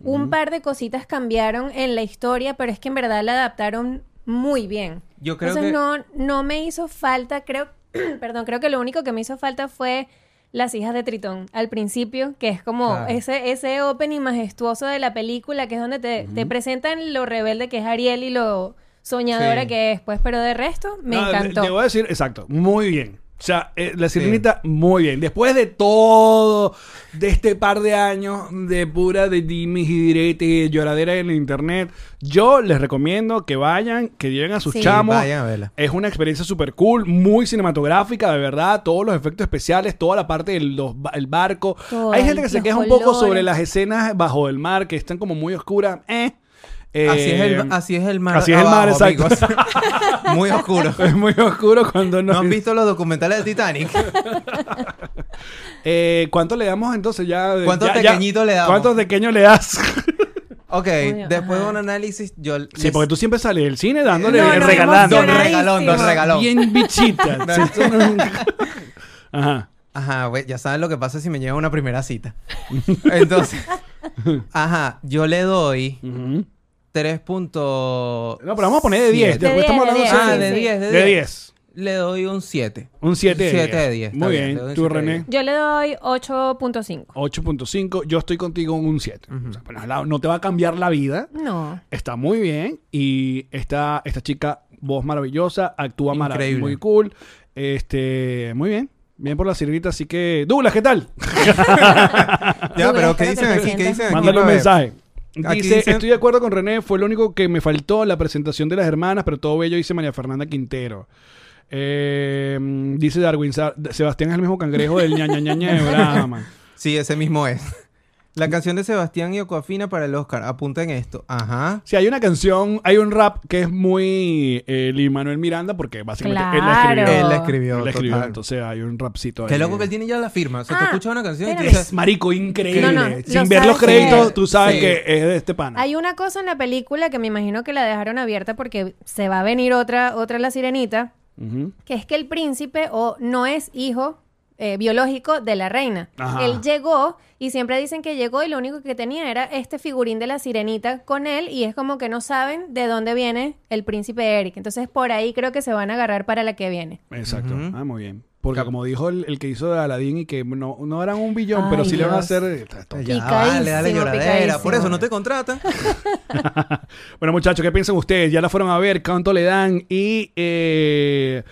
S2: Un par de cositas cambiaron en la historia, pero es que en verdad la adaptaron muy bien.
S1: Yo creo
S2: Entonces
S1: que-
S2: no, no me hizo falta, creo, *clears throat* perdón, creo que lo único que me hizo falta fue las hijas de Tritón al principio, que es como
S1: Claro.
S2: ese, ese opening majestuoso de la película, que es donde te, te presentan lo rebelde que es Ariel y lo soñadora
S1: Sí.
S2: que es, pues, pero de resto me
S3: No, de-
S2: encantó.
S3: Debo decir, exacto, muy bien. O sea, eh, la sirenita, muy bien. Después de todo, de este par de años de pura de dimes y diretes y lloradera en el internet, yo les recomiendo que vayan, que lleven a sus
S2: Sí.
S3: chamos.
S1: Vayan a verla.
S3: Es una experiencia súper cool, muy cinematográfica, de verdad. Todos los efectos especiales, toda la parte del los ba- el barco.
S2: Todo,
S3: Hay gente que se
S2: los
S3: queja un poco
S2: colores.
S3: sobre las escenas bajo el mar, que están como muy oscuras. Eh.
S1: así, es
S3: Eh,
S1: el, así es el mar.
S3: así es el mar,
S1: abajo,
S3: exacto.
S1: amigos. *laughs* Muy
S3: *laughs*
S1: oscuro.
S3: *laughs* Es muy oscuro cuando no.
S1: ¿No han visto los documentales de Titanic?
S3: Eh, ¿Cuánto le damos entonces ya? de-
S1: ¿Cuántos
S3: ya- ya-
S1: pequeñitos le damos?
S3: ¿Cuántos pequeños le das? *laughs*
S1: Ok,
S2: Obvio,
S1: después de
S2: ajá.
S1: un análisis, yo.
S3: Sí, porque tú siempre sales del cine dándole, eh,
S2: No, no,
S3: regalando.
S1: Don
S2: emocionadísimo.
S1: regalón, don regalón.
S3: Bien bichita.
S1: *laughs*
S3: Sí, tú no- Ajá.
S1: Ajá, güey, ya saben lo que pasa si me lleva a una primera cita. Entonces, ajá, yo le doy
S3: Ujú.
S1: 3. No,
S3: No, pero vamos a poner de 10.
S2: De
S3: porque estamos
S2: 10, de
S3: hablando
S2: 10,
S1: Ah,
S2: sí,
S1: de
S2: sí.
S1: 10, de
S3: de
S1: 10.
S3: 10.
S1: Le doy un 7.
S3: Un 7 de 10.
S1: está
S3: Muy
S1: le doy
S3: bien.
S1: un
S3: Tú,
S1: siete de
S3: René.
S1: 10.
S2: Yo le doy 8.5.
S3: 8.5. Yo estoy contigo en un 7. O sea, bueno, la- no te va a cambiar la vida.
S2: No.
S3: Está muy bien. Y esta, esta chica, voz maravillosa, actúa maravillosa.
S1: Increíble.
S3: Muy cool. Este, muy bien. Bien por la sirvita, así que. Douglas, ¿qué tal?
S1: Ya,
S2: Douglas,
S1: pero ¿qué
S2: espero
S1: dicen
S2: que te
S1: aquí? ¿Qué
S2: sientas.
S1: dicen aquí?
S3: Mándale un
S1: A ver.
S3: mensaje.
S1: Aquí
S3: Dice,
S1: dicen-
S3: estoy de acuerdo con René, fue lo único que me faltó la presentación de las hermanas, pero todo bello dice María Fernanda Quintero. Eh, dice Darwin, Sa- Sebastián es el mismo cangrejo del ña, ña, ña, ña
S1: *laughs*
S3: de Brahma.
S1: Sí, ese mismo es. *laughs* La canción de Sebastián y Aquafina para el Oscar. Apunten esto. Ajá.
S3: Sí, hay una canción, hay un rap que es muy eh, Lin Manuel Miranda, porque básicamente él la escribió.
S2: Claro.
S1: Él la escribió.
S3: Él la escribió,
S1: total.
S3: entonces hay un rapcito ahí.
S1: Qué loco que él tiene ya la firma. O sea, te
S2: Ah,
S1: escuchas una canción y tú
S2: espérame.
S1: dices...
S3: Es marico, increíble.
S2: No, no, lo
S3: Sin ver
S2: sabes
S3: los créditos,
S2: que-
S3: tú sabes
S1: Sí.
S3: que es de este pana.
S2: Hay una cosa en la película que me imagino que la dejaron abierta porque se va a venir otra, otra la sirenita,
S3: Ujú.
S2: que es que el príncipe o no es hijo eh, biológico de la reina.
S3: Ajá.
S2: Él llegó y siempre dicen que llegó y lo único que tenía era este figurín de la sirenita con él y es como que no saben de dónde viene el príncipe Eric. Entonces por ahí creo que se van a agarrar para la que viene.
S3: Exacto.
S1: Ujú.
S3: Ah, muy bien. Porque como dijo el, el que hizo de Aladdin y que no, no eran un billón,
S2: Ay,
S3: pero sí le van a
S2: Dios.
S3: hacer... eh, está todo.
S1: Ya,
S2: Picadísimo,
S1: dale, dale lloradera.
S2: picadísimo.
S1: Por eso no te
S3: *laughs*
S1: contratan.
S3: Bueno, muchachos, ¿qué piensan ustedes? Ya la fueron a ver, cuánto le dan y... eh,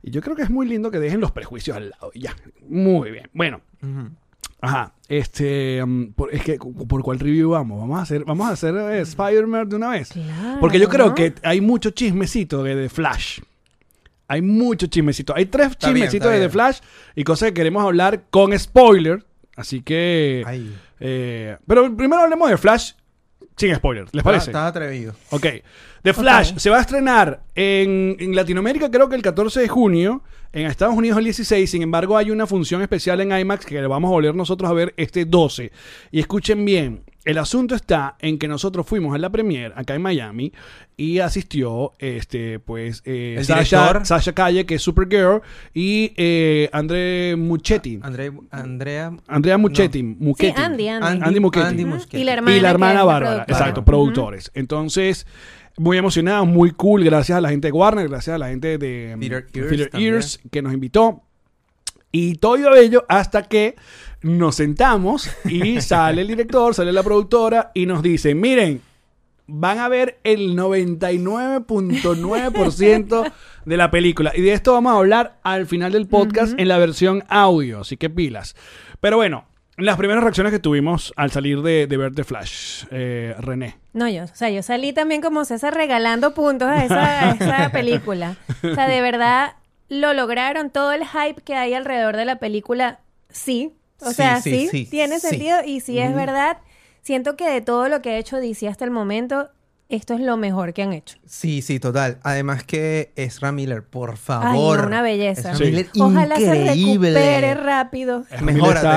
S3: y yo creo que es muy lindo que dejen los prejuicios al lado. Ya, muy bien. Bueno,
S1: Ujú.
S3: ajá. Este, mm, por- es que cu- por cuál review vamos? Vamos a hacer, vamos a hacer eh, Spider-Man de una vez.
S2: Claro,
S3: Porque yo creo
S2: ¿no?
S3: que hay mucho chismecito de The Flash. Hay mucho chismecito. Hay tres
S1: Está bien,
S3: chismecitos
S1: está
S3: de
S1: bien.
S3: The Flash y cosas que queremos hablar con spoiler. Así que.
S1: Ay.
S3: eh, pero primero hablemos de Flash sin spoiler. ¿Les parece?
S1: Estás atrevido.
S3: Ok. The Flash se va a estrenar en, en Latinoamérica, creo que el 14 de junio. En Estados Unidos el 16. Sin embargo, hay una función especial en IMAX que vamos a volver nosotros a ver este 12. Y escuchen bien. El asunto está en que nosotros fuimos a la premiere acá en Miami y asistió, este, pues, eh,
S1: El
S3: Sasha,
S1: director.
S3: Sasha Calle, que es Supergirl, y eh, André Muchetti.
S1: André, Andrea...
S3: Andrea Muchetti.
S2: Sí,
S3: Muchetti.
S2: Andy, Andy.
S3: Andy Muschietti.
S1: Andy
S2: Ujú.
S1: Muschietti.
S2: Y la hermana,
S3: Y la
S2: que es
S3: hermana
S2: la
S3: Bárbara,
S2: productora.
S3: exacto, productores. Entonces, muy emocionados, muy cool, gracias a la gente de Warner, gracias a la gente de mm,
S1: Theater Ears
S3: Theater
S1: también.
S3: Ears, que nos invitó. Y todo iba bello hasta que nos sentamos
S1: *laughs*
S3: y sale el director, sale la productora y nos dice, miren, van a ver el 99.9% de la película. Y de esto vamos a hablar al final del podcast en la versión audio, así que pilas. Pero bueno, Las primeras reacciones que tuvimos al salir de, de ver The Flash, eh, René.
S2: No, yo, o sea, yo salí también como César regalando puntos a esa, a
S1: *laughs*
S2: esa película. O sea, de verdad lo lograron todo el hype que hay alrededor de la película, sí. O
S1: Sí,
S2: sea,
S1: sí,
S2: sí,
S1: sí,
S2: tiene
S1: sí.
S2: sentido y sí es verdad. Siento que de todo lo que ha hecho DC hasta el momento, esto es lo mejor que han hecho.
S1: Sí, sí, total. Además que Ezra Miller, por favor.
S2: Ay, no, una belleza.
S1: Ezra
S3: Sí.
S1: Miller,
S2: Ojalá
S1: increíble. Eh,
S2: se recupere rápido.
S3: Miller está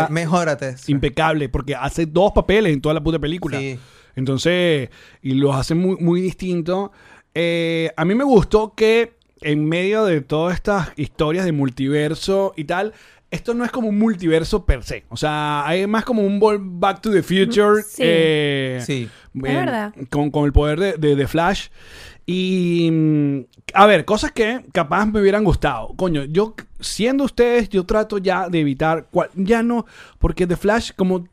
S1: Mejórate, mejórate. Ezra.
S3: Impecable, porque hace dos papeles en toda la puta película.
S1: Sí.
S3: Entonces, y los hace muy, muy distinto. Eh, a mí me gustó que en medio de todas estas historias de multiverso y tal, esto no es como un multiverso per se. O sea, hay más como un vol- Back to the Future.
S2: Sí.
S3: eh,
S1: Sí.
S2: Es verdad.
S3: Con, con el poder de, de- de Flash. Y. mm, A ver, cosas que capaz me hubieran gustado. Coño, yo, siendo ustedes, yo trato ya de evitar. cual- ya no. Porque The Flash, como.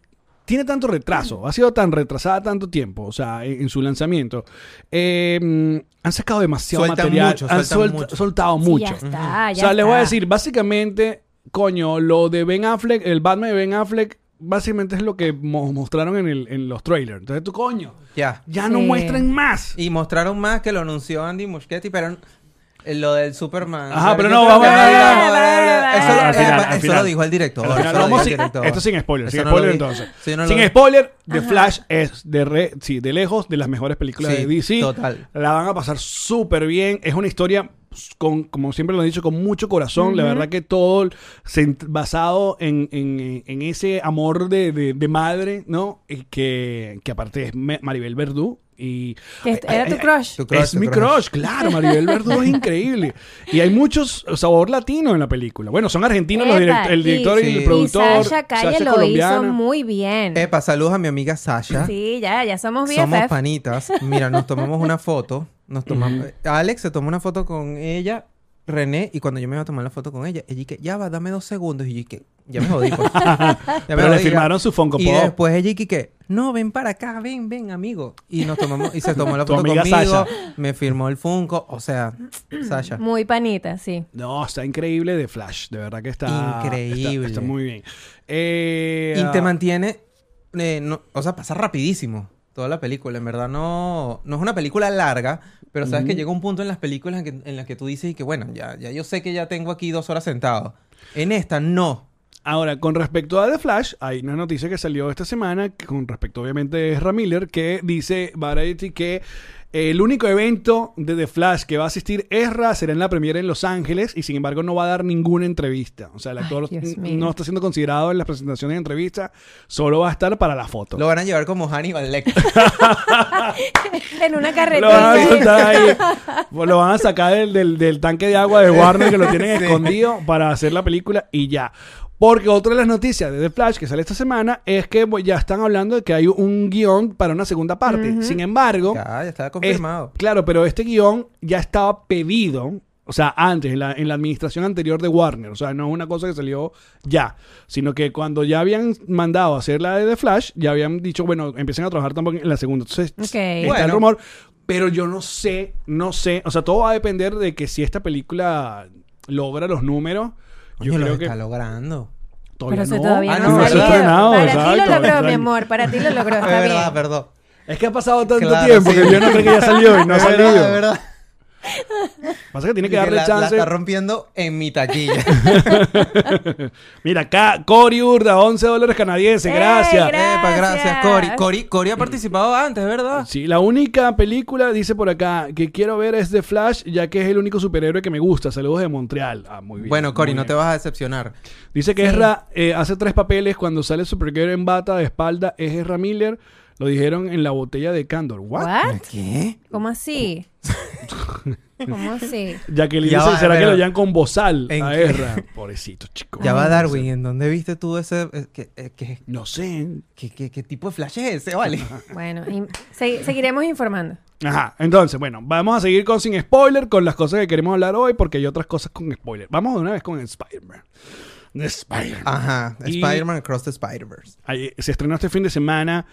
S3: Tiene tanto
S2: Mm.
S3: retraso, ha sido tan retrasada tanto tiempo, o sea, en, en su lanzamiento. eh, mm, han sacado demasiado
S1: Sueltan
S3: material,
S1: mucho,
S3: han
S1: sueltan
S3: suelta-
S1: mucho.
S3: soltado
S2: Sí,
S3: mucho.
S2: ya está, Ah, ya
S3: O sea, les voy a
S2: está.
S3: decir, básicamente, coño, lo de Ben Affleck, el Batman de Ben Affleck, básicamente es lo que mo- mostraron en, el- en los trailers. Entonces, tú, coño,
S1: Ya.
S3: ya no
S2: Sí.
S3: muestren más.
S1: Y mostraron más que lo anunció Andy Muschietti, pero eh, lo del Superman.
S3: Ajá, pero
S1: Yo
S3: no,
S1: creo
S3: vamos
S1: que-
S3: a
S1: Bla,
S3: hablar-
S1: bla, bla, bla.
S2: Al
S1: Eso lo-
S3: final, al
S1: Eso
S3: final.
S1: lo dijo el director.
S3: Al final,
S1: eso lo
S3: vamos
S1: dijo el
S3: sin-
S1: director.
S3: esto sin spoiler, sin
S1: Eso no lo
S3: spoiler
S1: vi.
S3: entonces.
S1: Sí, no lo
S3: sin
S1: vi.
S3: spoiler, The Flash es de, re- sí, de lejos de las mejores películas
S1: Sí,
S3: de DC.
S1: total.
S3: La van a pasar súper bien. Es una historia, con, como siempre lo han dicho, con mucho corazón. La verdad que todo cent- basado en, en- en ese amor de, de- de madre, ¿no? Y que, que aparte es Ma- Maribel Verdú. Y, eh,
S2: Que est- Este,
S1: eh,
S2: era tu crush.
S1: Tu crush,
S3: es
S1: tu
S3: mi crush,
S1: crush.
S3: claro.
S1: *laughs*
S3: Maribel Verdú es increíble. Y hay muchos eh, sabor latino en la película. Bueno, son argentinos los
S2: Epa,
S3: direct- el director y,
S1: y-
S3: el
S1: Sí.
S3: productor.
S2: Y Sasha Calle
S3: Sasha
S2: lo
S3: colombiana.
S2: hizo muy bien.
S1: Epa, saludos a mi amiga Sasha.
S2: Sí, ya, ya somos bien.
S1: Somos panitas. Mira, nos tomamos una foto. Nos tomamos. Alex se tomó una foto con ella, René, y cuando yo me iba a tomar la foto con ella, ella que ya va, dame dos segundos. Y yo que ya me jodí.
S3: *laughs*
S1: Pues. Ya me
S3: Pero le
S1: jodí, ya.
S3: firmaron su Funko
S1: Y
S3: Pop.
S1: después ella que que no, ven para acá, ven, ven, amigo. Y nos tomamos, y se tomó la
S3: *laughs* Tu
S1: foto
S3: amiga
S1: conmigo,
S3: Sasha. Mm.
S1: me firmó el Funko, o sea, Sasha.
S2: Muy panita, sí.
S3: No, está increíble de Flash. De verdad que está.
S1: Increíble.
S3: Está, está muy bien. Eh,
S1: Y te mantiene, eh, no- o sea, pasa rapidísimo toda la película. En verdad no, no es una película larga, pero sabes que llega un punto en las películas en, que, en la que tú dices y que bueno, ya, ya yo sé que ya tengo aquí dos horas sentado. En esta no.
S3: Ahora, con respecto a The Flash, hay una noticia que salió esta semana, que con respecto obviamente a Ramiller, que dice Variety que el único evento de The Flash que va a asistir Ezra será en la premiere en Los Ángeles y sin embargo no va a dar ninguna entrevista. O sea, el actor
S2: Dios
S3: n-
S2: mío.
S3: no está siendo considerado en las presentaciones de entrevista, solo va a estar para la foto.
S1: Lo van a llevar como Hannibal Lecter.
S2: En una
S3: Lo van a
S2: carretera.
S3: soltar ahí. Lo van a sacar del, del- del tanque de agua de Warner que lo tienen escondido para hacer la película y ya. Porque otra de las noticias de The Flash que sale esta semana es que bueno, ya están hablando de que hay un guión para una segunda parte. Sin embargo,
S1: ya, ya estaba
S3: es-
S1: confirmado.
S3: claro, pero este guión ya estaba pedido, o sea, antes, en la, en la administración anterior de Warner. O sea, no es una cosa que salió ya, sino que cuando ya habían mandado a hacer la de The Flash, ya habían dicho, bueno, empiecen a trabajar tampoco en la segunda. Entonces,
S2: Ok.
S3: está el
S1: Bueno.
S3: rumor. Pero yo no sé, no sé. O sea, todo va a depender de que si esta película logra los números. Yo
S1: Coño, lo
S3: creo
S1: está
S3: que
S1: logrando.
S3: todavía
S2: Pero eso
S3: no.
S2: todavía
S1: Ah,
S2: no,
S1: no,
S2: ha
S1: eso
S2: salido.
S1: está
S3: estrenado,
S2: Para ti
S3: exacto,
S2: lo logró, mi
S3: exacto.
S2: amor. Para ti
S1: *laughs*
S2: lo logró.
S1: Es
S2: Está bien.
S1: verdad, perdón.
S3: Es que ha pasado tanto
S1: Claro,
S3: tiempo
S1: sí.
S3: que yo no creo que ya salió y no
S1: *laughs*
S3: ha
S1: Es verdad,
S3: salido.
S1: es verdad.
S3: Pasa que tiene
S1: Y
S3: que
S1: que
S3: darle
S1: la, la
S3: chance.
S1: está rompiendo en mi
S3: *laughs*
S1: taquilla.
S3: Mira, acá, Cory Urda, 11 dólares canadienses,
S2: ¡Eh,
S3: gracias.
S2: gra-
S1: Epa, gracias,
S2: Gracias.
S1: Cory. Cory. Cory ha participado antes, ¿verdad?
S3: Mm. Sí, la única película, dice por acá, que quiero ver es The Flash, ya que es el único superhéroe que me gusta. Saludos de Montreal. Ah, muy bien.
S1: Bueno, Cory,
S3: muy
S1: no
S3: bien.
S1: te vas a decepcionar.
S3: Dice que Ezra eh, hace tres papeles cuando sale Supergirl en bata de espalda. Es Ezra Miller. Lo dijeron en la botella de Candor. ¿What?
S2: ¿What?
S1: ¿Qué?
S2: ¿Cómo así? ¿Cómo así?
S3: Jacqueline
S1: Ya
S3: dice,
S1: va,
S3: ¿será que
S1: pero-
S3: lo llevan con bozal
S1: ¿En
S3: a
S1: qué?
S3: Ezra? Pobrecito, chico.
S1: Ya va Darwin, ¿en dónde viste tú ese... eh, qué, eh, qué-
S3: No sé.
S1: qué- qué- qué tipo de flash es ese, vale?
S2: Bueno, y segui- seguiremos informando.
S3: Ajá, entonces, bueno, vamos a seguir con sin spoiler, con las cosas que queremos hablar hoy, porque hay otras cosas con spoiler. Vamos de una vez con Spider-Man. De Spider-Man.
S1: Ajá,
S3: Y-
S1: Spider-Man Across the Spider-Verse.
S3: Ahí, se estrenó este fin de semana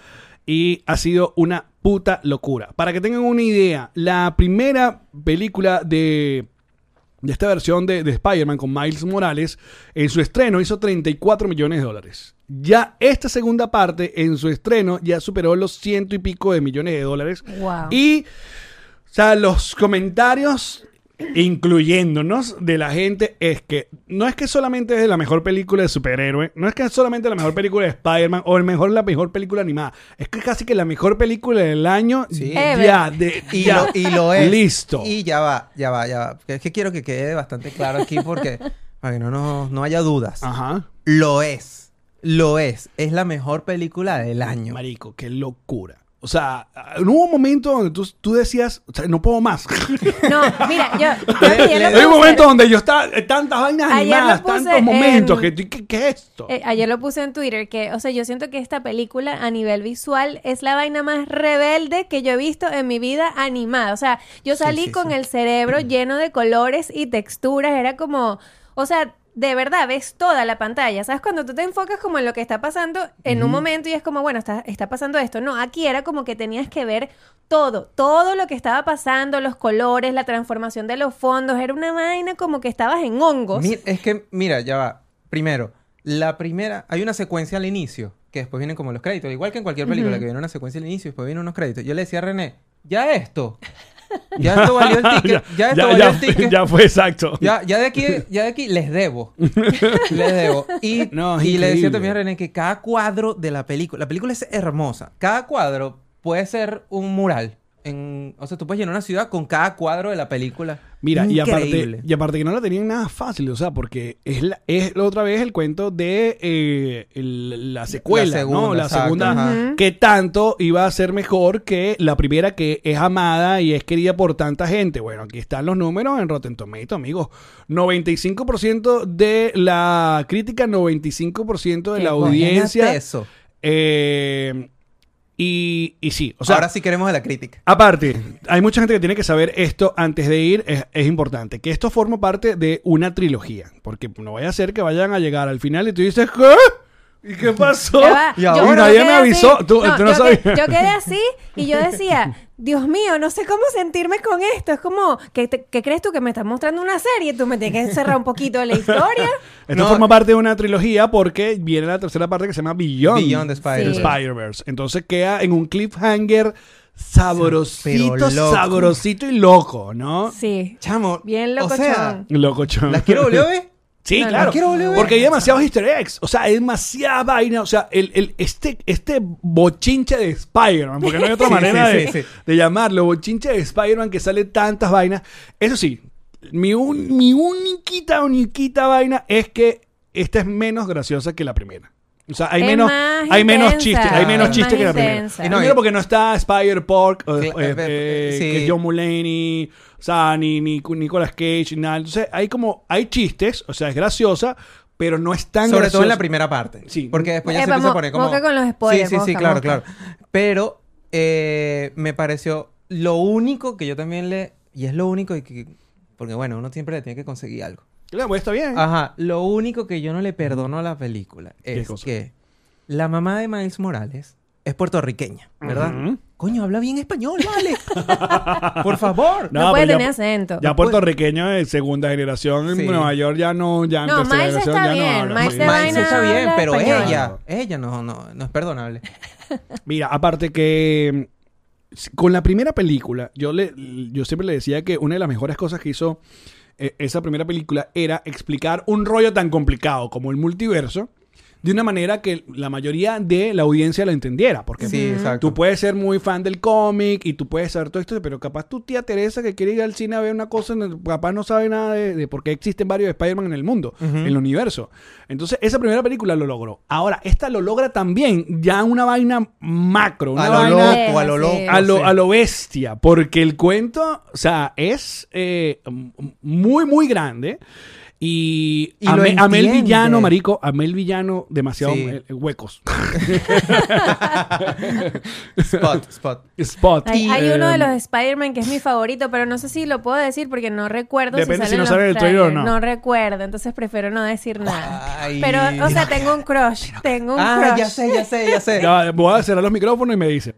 S3: y ha sido una puta locura. Para que tengan una idea, la primera película de de esta versión de, de Spider-Man con Miles Morales, en su estreno hizo 34 millones de dólares. Ya esta segunda parte, en su estreno, ya superó los ciento y pico de millones de dólares.
S2: Wow.
S3: Y, o sea, los comentarios, incluyéndonos, de la gente es que no es que solamente es la mejor película de superhéroe, no es que es solamente la mejor película de Spider-Man o el mejor, la mejor película animada, es que casi que la mejor película del año
S1: Sí.
S3: ya, de,
S1: Y,
S3: ya.
S1: Lo, y lo es.
S3: Listo.
S1: Y ya va, ya va, ya va. Porque Es que quiero que quede bastante claro aquí
S3: *laughs*
S1: porque para que no, nos- no haya dudas.
S3: Ajá.
S1: Lo es. Lo es. Es la mejor película del año.
S3: Marico, qué locura. O sea, no hubo un momento donde tú, tú decías, o sea, no puedo más. *laughs*
S2: No, mira, yo. yo
S1: Le-
S2: *laughs* ayer lo
S1: le
S3: Hay un
S2: puse-
S3: momento donde yo estaba, eh, tantas vainas
S2: Ayer lo
S3: animadas,
S2: puse
S3: tantos momentos,
S2: en-
S3: que tú- ¿qué, qué es esto?
S2: eh, ayer lo puse en Twitter que, o sea, yo siento que esta película a nivel visual es la vaina más rebelde que yo he visto en mi vida animada. O sea, yo
S1: Sí,
S2: salí
S1: sí,
S2: con
S1: sí.
S2: el
S1: *clears throat*
S2: cerebro lleno de colores y texturas. Era como, o sea, de verdad ves toda la pantalla. ¿Sabes? Cuando tú te enfocas como en lo que está pasando en un momento y es como, bueno, está, está pasando esto. No, aquí era como que tenías que ver todo, todo lo que estaba pasando, los colores, la transformación de los fondos. Era una vaina como que estabas en hongos.
S1: Mi- es que, mira, ya va. Primero, la primera, hay una secuencia al inicio, que después vienen como los créditos. Igual que en cualquier película,
S2: Ujú.
S1: que viene una secuencia al inicio y después vienen unos créditos. Yo le decía a René, ya *laughs* esto. Ya esto valió *laughs* el ticket. ya, esto valió el ticket. Ya.
S3: ya fue exacto.
S1: Ya, de aquí, ya de aquí les *laughs* debo. Les debo. Y,
S3: No, es
S1: y le decía
S3: increíble.
S1: también a René que cada cuadro de la película, la película es hermosa. Cada cuadro puede ser un mural. En, o sea, tú puedes llenar una ciudad con cada cuadro de la película.
S3: Mira, y aparte,
S1: Increíble.
S3: y aparte que no la tenían nada fácil, o sea, porque es, la, es la otra vez el cuento de eh, el- la secuela, ¿no?
S1: segunda,
S3: La
S1: exacto,
S3: segunda,
S1: ajá.
S3: que tanto iba a ser mejor que la primera que es amada y es querida por tanta gente. Bueno, aquí están los números en Rotten Tomatoes, amigos. 95% de la crítica, 95% de la
S1: Imagínate
S3: audiencia.
S1: Eso.
S3: Eh, y, y sí, o sea,
S1: Ahora sí queremos de la crítica.
S3: Aparte, hay mucha gente que tiene que saber esto antes de ir, es, es importante, que esto forma parte de una trilogía, porque no vaya a ser que vayan a llegar al final y tú dices, ¿qué? ¿Y qué pasó?
S2: Ya va,
S1: Y
S2: yo-
S1: ahora-
S2: yo
S3: nadie
S2: quedé
S3: me avisó,
S2: así.
S3: tú- tú no
S2: yo, que-
S3: sabías.
S2: yo quedé así y
S3: *laughs*
S2: yo decía, Dios mío, no sé cómo sentirme con esto. Es como, ¿qué, te- qué crees tú que me estás mostrando una serie? Tú me tienes que cerrar un poquito de la
S3: *laughs*
S2: historia.
S3: Esto
S1: No.
S3: forma parte de una trilogía porque viene la tercera parte que se llama Beyond,
S1: Beyond the Spider-Verse.
S3: the Spider-Verse. Entonces queda en un cliffhanger sabrosito,
S1: Pero loco.
S3: sabrosito y loco, ¿no?
S2: Sí,
S1: Chamo.
S2: bien
S1: o
S2: locochón.
S1: sea,
S3: Loco, chamo.
S1: las quiero volver a ver.
S3: Sí,
S2: No, no,
S3: claro.
S1: no quiero volver a ver.
S3: porque hay demasiados easter eggs. O sea, hay demasiada vaina. O sea, el, el- este, este bochinche de Spider-Man, porque no hay
S1: *laughs*
S3: otra
S1: Sí,
S3: manera
S1: sí,
S3: de,
S1: sí, sí.
S3: de llamarlo, bochinche de Spider-Man que sale tantas vainas. Eso sí, mi, un, mi uniquita, uniquita vaina es que esta es menos graciosa que la primera. O sea, hay
S2: Es
S3: menos,
S2: más
S3: hay menos
S2: intensa,
S3: chistes, hay menos
S1: es
S3: chistes
S2: más
S3: que la primera.
S2: intensa.
S1: Y no,
S3: Primero porque no está Spider Pork, o-
S1: Cla-
S3: o- eh,
S1: eh,
S3: eh,
S1: sí.
S3: que John Mulaney, o sea, ni, ni Nicolas Cage, nada. Entonces, hay como, hay chistes, o sea, es graciosa, pero no es tan
S1: Sobre todo en la
S3: graciosa.
S1: primera parte.
S3: Sí.
S1: Porque después ya
S2: Eh,
S1: se empieza
S2: vamos,
S1: a poner como.
S2: mosca con los spoilers,
S1: Sí, sí, sí,
S2: mosca,
S1: claro,
S2: mosca.
S1: claro. Pero eh, me pareció lo único que yo también le. Y es lo único y que. Porque bueno, uno siempre le tiene que conseguir algo.
S3: Claro, pues, está bien.
S1: Ajá. Lo único que yo no le perdono a la película
S3: ¿Qué
S1: es
S3: cosa?
S1: que la mamá de Miles Morales es puertorriqueña, ¿verdad?
S3: Ujú.
S1: Coño, habla bien español, vale. *laughs* Por favor.
S2: No,
S3: No,
S2: puede
S3: pero ya-
S2: tener acento.
S3: Ya puertorriqueño de segunda generación en
S1: Sí.
S3: Nueva York ya no, ya en
S2: No,
S3: tercera
S2: Miles
S3: generación
S2: está
S3: ya
S2: bien,
S3: no habla. pues.
S2: Miles
S3: Sí.
S2: de
S1: Miles
S2: vaina
S1: está bien,
S2: habla
S1: pero
S2: español.
S1: ella, ella no, no, no es perdonable.
S3: Mira, aparte que mm, si- con la primera película, yo, le, yo siempre le decía que una de las mejores cosas que hizo eh, esa primera película era explicar un rollo tan complicado como el multiverso de una manera que la mayoría de la audiencia lo entendiera. Porque
S1: Sí, exacto.
S3: tú puedes ser muy fan del cómic y tú puedes saber todo esto, pero capaz tu tía Teresa que quiere ir al cine a ver una cosa, no- capaz no sabe nada de, de por qué existen varios Spider-Man en el mundo, en el universo. Entonces, esa primera película lo logró. Ahora, esta lo logra también, ya una vaina macro, una
S1: a lo
S3: vaina
S1: loco, a lo loco.
S2: Sí.
S3: a lo,
S1: sí.
S3: a lo bestia, porque el cuento, o sea, es eh, m- muy, muy grande. Y,
S1: Y lo
S3: amé, amé el
S1: entiende.
S3: villano, marico, amé el villano demasiado
S1: Sí.
S3: eh, huecos. *laughs* *laughs*
S1: Spot, spot.
S3: Spot.
S2: Hay, hay
S3: Eh,
S2: uno de los Spider-Man que es mi favorito, pero no sé si lo puedo decir porque no recuerdo
S3: Depende
S2: si,
S3: si no
S2: sale
S3: sale en el trailer o no.
S2: No recuerdo, entonces prefiero no decir nada.
S1: Ay.
S2: Pero, o sea, tengo un crush, tengo un crush.
S1: Ah, ya sé, ya sé, ya
S3: *laughs*
S1: sé.
S3: ya, voy a cerrar los micrófonos y me dice.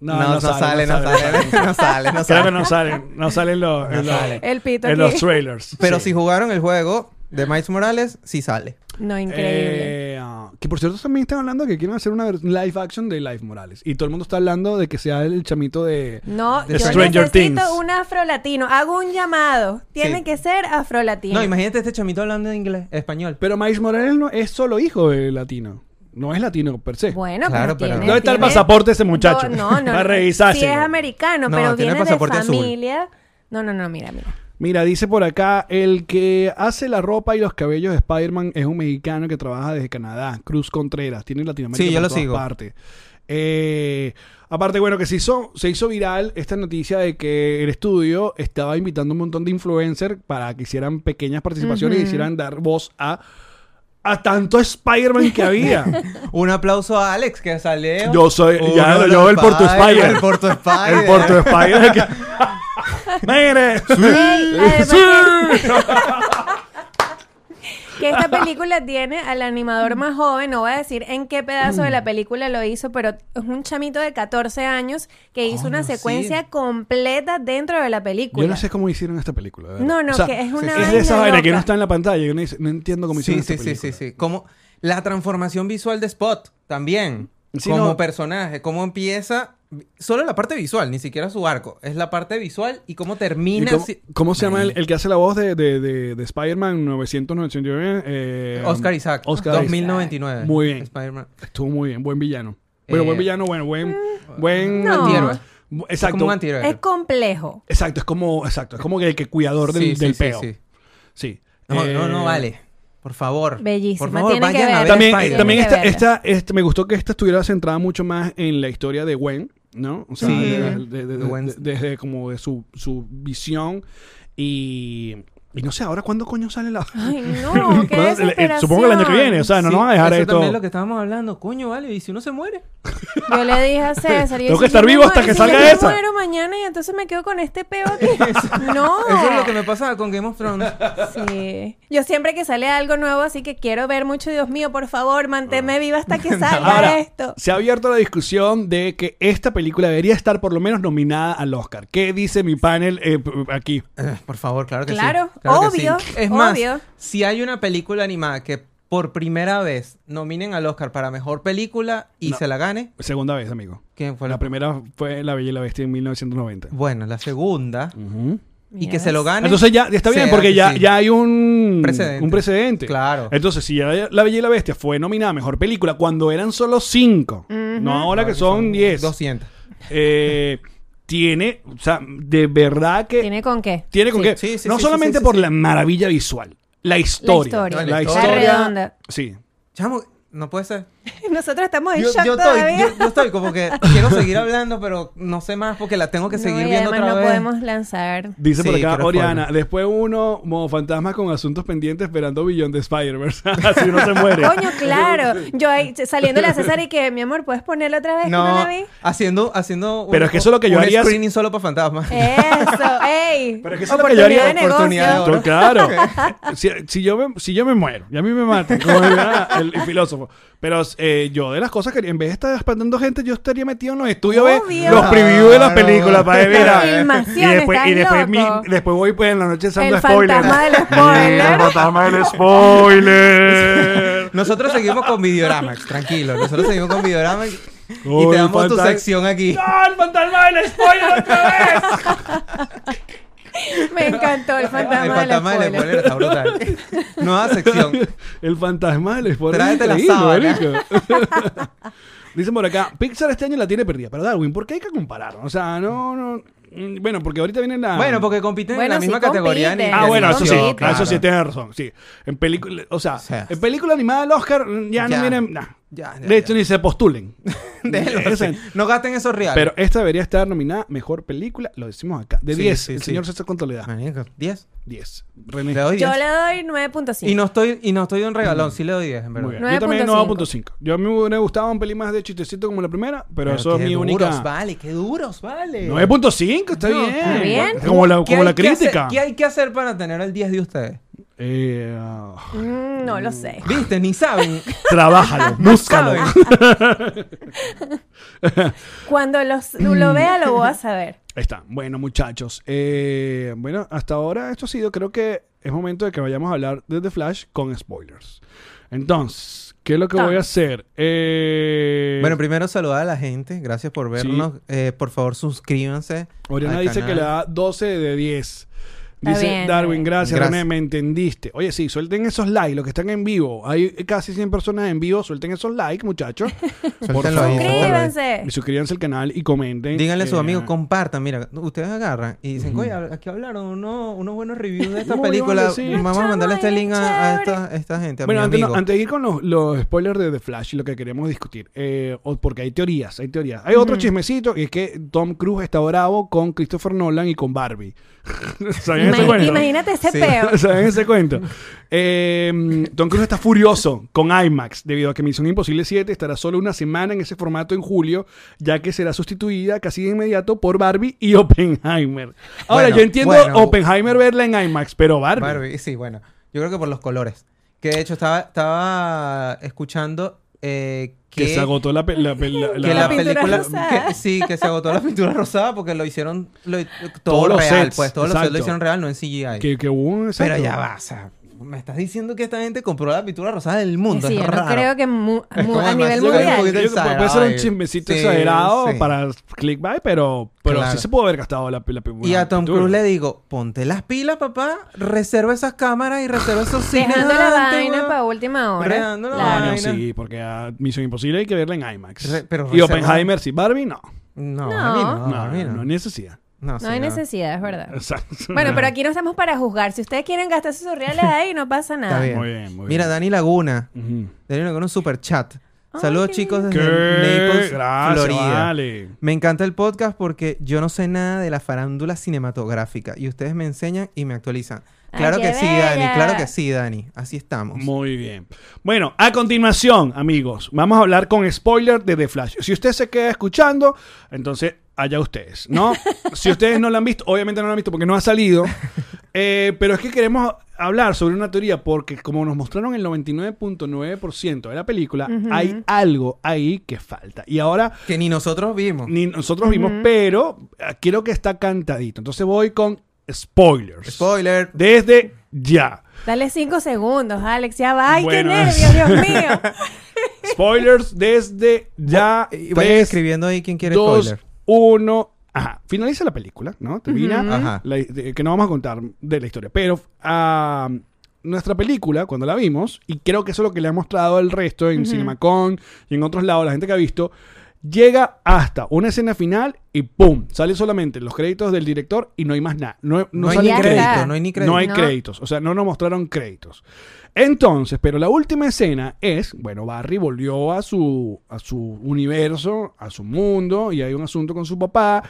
S1: No, no, sale, no sale, no sale, no
S3: *laughs* Creo que
S1: sale.
S3: no salen, no salen los, en, los-
S1: sale.
S2: El pito aquí.
S3: en los trailers.
S1: *laughs* Pero
S3: sí.
S1: si jugaron el juego de Miles Morales, sí sale.
S2: No, increíble.
S3: Eh, ah, que por cierto también están hablando que quieren hacer una vers- live action de Life Morales. Y todo el mundo está hablando de que sea el chamito de...
S2: no,
S3: de
S2: yo
S3: Stranger
S2: necesito
S3: Things.
S2: un afrolatino. Hago un llamado. Tiene
S1: Sí.
S2: que ser afrolatino.
S1: No, imagínate este chamito hablando de inglés, español.
S3: Pero Miles Morales no es solo hijo de latino. No es latino per se.
S2: Bueno,
S1: Claro,
S2: pero
S1: pero-
S2: tiene,
S3: ¿Dónde está el
S2: tiene-
S3: pasaporte de ese muchacho? *laughs*
S2: No, no, no.
S3: Para revisarse.
S2: Sí es americano,
S1: No,
S2: pero
S1: tiene
S2: viene de
S1: pasaporte azul.
S2: familia. No, no, no, mira, mira.
S3: Mira, dice por acá, el que hace la ropa y los cabellos de Spider-Man es un mexicano que trabaja desde Canadá, Cruz Contreras, tiene Latinoamérica
S1: Sí, yo
S3: por
S1: lo
S3: todas
S1: sigo.
S3: partes. Eh, aparte, bueno, que se hizo, se hizo viral esta noticia de que el estudio estaba invitando un montón de influencers para que hicieran pequeñas participaciones y hicieran dar voz a, a tanto Spider-Man que había.
S1: Un aplauso a Alex que salió.
S3: Yo soy- ya, yo el Porto Spider.
S1: El Porto Spider.
S3: el Porto Spider. que- *laughs* ¡Mire!
S2: Además
S3: ¡Sí!
S1: *laughs*
S2: Que esta película tiene al animador más joven, no voy a decir en qué pedazo de
S1: Mm.
S2: la película lo hizo, pero es un chamito de 14 años que hizo una
S1: Coño,
S2: secuencia
S1: Oh, sí.
S2: completa dentro de la película.
S3: Yo no sé cómo hicieron esta película. de verdad.
S2: No, no, que es una
S3: Es de
S2: vaina
S3: esas vainas que
S2: loca.
S3: no está en la pantalla. Yo no, hice- no entiendo cómo
S1: Sí,
S3: hicieron
S1: sí,
S3: esta
S1: sí, sí,
S3: película.
S1: sí. Como la transformación visual de Spot también.
S3: Sí,
S1: como
S3: no.
S1: personaje, cómo empieza. Solo la parte visual, ni siquiera su arco. Es la parte visual y cómo
S3: ¿Y
S1: termina.
S3: cómo,
S1: si-
S3: cómo se llama el, el que hace la voz de, de, de, de Spider-Man 999? Eh,
S1: Oscar Isaac.
S3: Oscar
S1: 2099.
S3: Isaac. Muy bien.
S1: Spider-Man.
S3: Estuvo muy bien, buen villano. Bueno,
S1: Eh,
S3: buen villano, bueno, buen. buen
S2: no.
S1: Antihéroe.
S3: Bu-
S1: Es
S3: Exacto.
S1: como un antihéroe.
S2: Es complejo.
S3: exacto, es como, exacto, es como que el que cuidador del,
S1: Sí, sí,
S3: del
S1: sí,
S3: peo. Sí. Eh,
S1: sí. No, no, no vale. Por favor.
S2: Bellísima,
S1: Por favor,
S2: tienen que
S1: vayan a
S2: ver.
S1: ver
S3: También, eh,
S1: Spider-Man.
S3: también
S2: eh, Tiene que
S3: esta,
S2: verla.
S3: esta, este- me gustó que esta estuviera centrada mucho más en la historia de Gwen, ¿no? O sea,
S1: Sí.
S3: de- de- de-
S1: De Gwen.
S3: de- desde como de su, su visión y, y no sé, ahora cuándo coño sale la...
S2: Ay,
S3: *laughs*
S2: no, Ah, qué
S3: ¿Cuándo- el- el- eh, supongo que el año que viene, o sea, no
S1: Sí,
S3: nos van a dejar
S1: eso
S3: esto...
S1: también es lo que estábamos hablando. Coño, vale. Y si uno se muere.
S2: Yo le dije a César. yo
S3: Tengo
S2: dije,
S3: que estar
S2: yo me
S3: vivo hasta
S2: muero-
S3: que
S2: si
S3: salga
S2: yo me
S3: esa.
S2: muero mañana y entonces me quedo con este peo aquí. no.
S1: Eso es lo que me pasaba con Game of Thrones.
S2: Sí. Yo siempre que sale algo nuevo, así que quiero ver mucho. Dios mío, por favor, manténme viva hasta que salga
S3: Ahora,
S2: esto.
S3: se ha abierto la discusión de que esta película debería estar por lo menos nominada al Oscar. ¿Qué dice mi panel eh, p- aquí?
S1: Eh, *laughs* Por favor, claro que
S2: Claro,
S1: sí. Claro que
S2: obvio,
S1: sí. Es más,
S2: obvio.
S1: si hay una película animada que por primera vez nominen al Oscar para mejor película y
S3: No.
S1: se la gane,
S3: Segunda vez, amigo.
S1: ¿quién fue
S3: La primera fue La Bella y la Bestia en 1990.
S1: Bueno, la segunda.
S3: Ujú.
S2: Mm.
S1: Y que se lo gane.
S3: Entonces ya está bien,
S1: sea
S3: porque
S1: que
S3: ya,
S1: Ah, sí.
S3: ya hay un
S1: Precedente.
S3: un precedente.
S1: Claro.
S3: Entonces, si ya La Bella y la Bestia fue nominada a Mejor Película cuando eran solo cinco, no ahora que son diez,
S1: 200.
S3: eh, tiene, o sea, de verdad que
S2: ¿Tiene
S3: tiene,
S2: con qué?
S1: Sí,
S3: con qué.
S1: sí, sí,
S3: no
S1: sí,
S3: solamente
S1: sí, sí,
S3: por
S1: sí.
S3: la maravilla visual, la historia.
S2: La historia.
S1: La
S2: redonda.
S3: Sí.
S1: Chamo, no puede ser.
S2: Nosotros estamos en
S1: Yo,
S2: shock
S1: yo estoy,
S2: todavía.
S1: yo, yo estoy como
S2: *laughs*
S1: que quiero seguir hablando, pero no sé más porque la tengo que seguir
S2: no, y
S1: viendo otra
S2: además no
S1: vez.
S2: podemos lanzar.
S3: Dice por
S1: Sí,
S3: acá
S1: creo
S3: Oriana,
S1: forma.
S3: después uno, como fantasma con asuntos pendientes esperando Billón de Spider-Verse. *laughs* Así uno se muere.
S2: Coño,
S1: *laughs*
S2: claro. Yo ahí saliendo la César y que, mi amor, ¿puedes ponerla otra vez? que No. la
S1: No,
S2: vi?
S1: haciendo, haciendo un-
S3: Pero es que eso es lo que yo
S1: un
S3: haría si-
S1: screening solo para fantasmas.
S2: Eso, ey.
S3: Pero es que eso es lo que yo haría.
S2: Eh, Oportunidad de
S1: Oportunidad
S2: negocio.
S1: de
S3: Tú, claro.
S2: *laughs*
S3: si, si yo me, si yo me muero, y a mí me matan, como diría el, filósofo. Pero eh, yo de las cosas que en vez de estar espantando gente, yo estaría metido en los estudios a ver
S2: Obvio.
S3: los previews de las
S1: Claro.
S3: películas para ver, mira.
S2: Filmación,
S3: Y después, y
S2: estás
S3: después, mi-
S2: loco.
S3: después voy pues, en la noche echando
S2: El
S3: spoilers.
S2: fantasma
S3: *laughs*
S2: del
S3: El
S2: spoiler.
S3: fantasma del spoiler.
S1: Nosotros seguimos con Videoramax, tranquilo. Nosotros seguimos con Videoramax y
S3: Oh,
S1: te damos tu
S3: fantasma-
S1: sección aquí.
S3: ¡Ah, el fantasma del spoiler otra vez!
S2: *laughs* Me encantó el
S1: El
S2: fantasma,
S1: fantasma del spoiler está brutal. Nueva sección.
S3: *laughs* El fantasma del spoiler.
S1: Tráete la
S3: increíble, marico. *laughs* Dicen por acá, Pixar este año la tiene perdida. Pero Darwin, ¿por qué hay que comparar? O sea, no, no. mm, Bueno, porque ahorita viene la.
S1: Bueno, porque compiten en
S2: Bueno,
S1: la
S2: sí
S1: misma categoría.
S2: compiten.
S1: en
S3: Ah, bueno, eso sí,
S1: animación,
S2: compiten.
S1: claro. *laughs*
S3: eso sí tienes razón, sí. En película, o sea,
S1: sea.
S3: en película animada del Oscar mm, ya, no
S1: Ya.
S3: vienen, nah.
S1: Ya, ya,
S3: de hecho
S1: ya.
S3: ni se
S1: *laughs*
S3: postulen.
S1: Déjelo
S3: Esa-
S1: así. No gasten esos reales.
S3: Pero esta debería estar nominada mejor película, lo decimos acá, de
S1: Sí,
S3: 10,
S1: sí,
S3: el
S1: sí.
S3: señor César cuánto le da?
S1: Marico, 10.
S3: 10. René.
S1: Le doy 10.
S2: Yo le doy 9.5.
S1: Y no estoy y no estoy de un regalón, sí le doy 10, en verdad.
S3: Mm. Muy bien. Yo también
S2: 9.5.
S3: 9.5. Yo me hubiera gustado un pelín más de chistecito como la primera, pero,
S1: Pero
S3: eso es
S1: qué
S3: mi
S1: duros,
S3: única.
S1: Vale, qué duros, vale.
S3: 9.5 está
S1: No,
S3: bien.
S1: está
S2: bien.
S3: Como la,
S1: ¿Qué
S3: como la
S1: hay que hacer-
S3: crítica.
S1: ¿Qué hay que hacer para tener el 10 de ustedes?
S3: Eh, ah, *laughs*
S2: Mm, no lo sé.
S1: ¿Viste? Ni saben. *laughs*
S3: trabájalo, búscalo.
S1: saben.
S2: Cuando los, lo
S1: Mm.
S2: vea lo voy
S1: *laughs*
S2: a saber.
S3: Ahí está. Bueno, muchachos. eh, bueno, hasta ahora esto ha sido. Creo que es momento de que vayamos a hablar de The Flash con spoilers. Entonces, ¿qué es lo que voy a hacer? Eh,
S1: Bueno, primero saludar a la gente. Gracias por vernos. Eh, por favor, suscríbanse.
S3: Oriana
S1: al
S3: dice
S1: canal.
S3: que le da 12 de 10.
S2: Está
S3: Dice
S2: bien, está
S3: Darwin,
S2: bien.
S3: gracias,
S1: Gracias.
S3: René, me entendiste. Oye, sí, suelten esos likes, los que están en vivo. Hay casi 100 personas en vivo, suelten esos
S1: *laughs*
S3: likes, muchachos. Por
S1: Suéltenlo ahí,
S3: favor.
S1: suéltenlo ahí.
S2: Suscríbanse.
S3: Y suscríbanse al canal y comenten.
S1: Díganle a sus
S3: eh,
S1: amigos, compartan. Mira, ustedes agarran y dicen, oye, aquí hablaron unos, unos buenos reviews de esta
S3: Uy,
S1: película.
S3: vale, sí.
S1: Vamos a
S2: Chamo,
S1: mandarle este
S2: bien
S1: link a, a
S2: chévere.
S1: esta, esta gente. A
S3: Bueno,
S1: mis
S3: antes, no-
S1: amigos.
S3: antes de ir con los, los spoilers de The Flash y lo que queremos discutir, eh, o- porque hay teorías, hay teorías. Hay otro chismecito y es que Tom Cruise está bravo con Christopher Nolan y con Barbie. *laughs* ¿Sabían ese
S2: Ima-
S3: cuento?
S2: imagínate ese
S1: Sí. *laughs*
S2: peo.
S3: *laughs* ¿Saben ese cuento? Eh, Tom Cruise está furioso con IMAX debido a que Misión Imposible 7 estará solo una semana en ese formato en julio, ya que será sustituida casi de inmediato por Barbie y Oppenheimer. Ahora,
S1: Bueno,
S3: yo entiendo
S1: bueno.
S3: Oppenheimer verla en IMAX, pero Barbie.
S1: Barbie, sí, bueno. Yo creo que por los colores. Que de hecho estaba, estaba escuchando eh, que,
S3: Que se agotó la, pe- la pe- la-
S1: que la,
S2: La pintura
S1: película...
S2: rosada.
S1: que- sí, que se agotó la *laughs* pintura rosada porque lo hicieron lo- todo
S3: Todos los
S1: real.
S3: sets,
S1: pues todos los sets
S3: exacto.
S1: lo hicieron real, no en CGI.
S3: Que, que hubo un
S1: Pero
S3: exacto.
S1: ya va, o sea, me estás diciendo que esta gente compró la pintura rosada del mundo.
S2: Sí,
S1: es
S2: yo
S1: raro.
S2: no creo que mu-
S1: Es
S2: mu-
S1: como
S2: a nivel
S1: demasiado,
S3: Yo creo que
S1: un poquito
S2: mundial.
S3: un poquito exagerado, Puede ser
S1: exagerado,
S3: un chismecito
S1: sí,
S3: exagerado
S1: sí.
S3: para clickbait, pero, pero
S1: Claro.
S3: sí se pudo haber gastado la, la
S1: Y a Tom
S3: pintura.
S1: Cruise le digo, ponte las pilas, papá, reserva esas cámaras y reserva esos cines.
S2: Dejando la
S1: antes,
S2: vaina
S1: weón".
S2: para última hora.
S1: Dejando la
S3: Coño,
S2: Claro.
S1: vaina.
S3: sí, porque a Misión Imposible hay que verla en IMAX.
S1: Re- pero
S3: y
S1: reserva-
S3: Oppenheimer, sí. Barbie, no.
S1: No,
S2: No.
S1: a mí no,
S3: No,
S1: a
S3: no,
S1: mí
S3: no
S1: no.
S3: hay necesidad.
S1: No, sí,
S2: No hay
S1: no.
S2: necesidad, es verdad.
S3: *laughs* Exacto.
S2: Bueno, pero aquí no estamos para juzgar. Si ustedes quieren gastar sus
S1: *laughs*
S2: reales ahí, no pasa nada.
S1: Está bien.
S3: Muy bien, muy bien.
S1: Mira, Dani Laguna.
S3: Ujú.
S1: Dani Laguna, un super chat.
S2: Ay,
S1: Saludos,
S2: qué
S1: chicos, desde
S3: ¿Qué?
S1: Naples,
S3: Gracias,
S1: Florida.
S3: vale.
S1: Me encanta el podcast porque yo no sé nada de la farándula cinematográfica y ustedes me enseñan y me actualizan.
S2: Ay,
S1: Claro
S2: qué
S1: que sí,
S2: bella.
S1: Dani, claro que sí, Dani. Así estamos.
S3: Muy bien. Bueno, a continuación, amigos, vamos a hablar con spoiler de The Flash. Si usted se queda escuchando, entonces allá ustedes, ¿no? si ustedes no la han visto, obviamente no la han visto porque no ha salido, eh, pero es que queremos hablar sobre una teoría porque como nos mostraron el 99.9% de la película, hay algo ahí que falta. Y ahora
S1: Que ni nosotros vimos.
S3: ni nosotros vimos, pero eh, quiero que está cantadito. Entonces voy con spoilers.
S1: Spoiler.
S3: Desde ya.
S2: Dale cinco segundos, Alex. Ya va. ¡Ay,
S3: Bueno.
S2: qué
S1: *laughs*
S2: nervios, Dios mío!
S3: Spoilers desde ya.
S1: Y vayan
S3: Tres,
S1: escribiendo ahí quien quiere
S3: dos,
S1: spoiler.
S3: uno. Ajá. Finaliza la película, ¿no? Termina.
S1: Ujú. Ajá.
S3: la- de- que no vamos a contar de la historia. Pero ah, nuestra película, cuando la vimos, y creo que eso es lo que le ha mostrado el resto en CinemaCon y en otros lados, la gente que ha visto, llega hasta una escena final y ¡pum! Sale solamente los créditos del director y no hay más nada. No, no
S1: No, hay
S3: salen
S1: ni
S2: Ya
S1: crédito,
S2: está.
S1: no hay ni crédito.
S3: no hay
S2: No.
S3: créditos. O sea, no nos mostraron créditos. Entonces, pero la última escena es, bueno, Barry volvió a su, a su universo, a su mundo, y hay un asunto con su papá,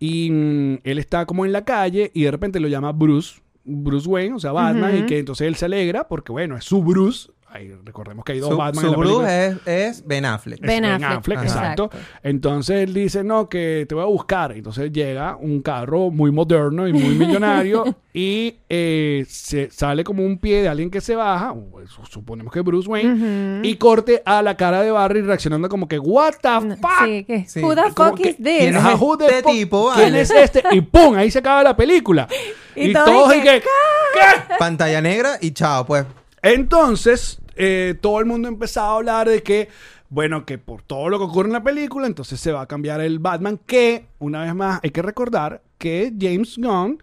S3: y mm, él está como en la calle, y de repente lo llama Bruce, Bruce Wayne, o sea, Batman,
S2: Ujú.
S3: y que entonces él se alegra, porque bueno, es su Bruce. Ahí, recordemos que hay dos
S1: Su,
S3: Batman
S1: su
S3: en la
S1: Bruce
S3: película. Eh.
S1: es, es Ben Affleck.
S2: Ben Affleck,
S3: Este, exacto.
S2: exacto.
S3: Entonces él dice, no, que te voy a buscar. Entonces llega un carro muy moderno y muy
S2: *laughs*
S3: millonario y eh, se sale como un pie de alguien que se baja, o su- suponemos que Bruce Wayne, y corte a la cara de Barry reaccionando como que, what the
S2: No,
S3: fuck.
S2: sí, ¿qué?
S1: Sí.
S2: Who the
S3: Como
S2: fuck
S3: que-
S2: is this?
S1: ¿Quién
S3: Ajá,
S1: es
S3: who the
S1: este
S3: fuck-
S1: tipo,
S3: ¿Quién
S1: vale?
S3: es este? Y ¡pum! Ahí se acaba la película.
S2: *laughs*
S3: Y,
S2: Y
S3: todos,
S2: todos
S3: y
S2: y que,
S3: que, ¿qué?
S1: Pantalla negra y chao, pues.
S3: Entonces, eh, todo el mundo empezaba a hablar de que, bueno, que por todo lo que ocurre en la película, entonces se va a cambiar el Batman, que, una vez más, hay que recordar que James Gunn,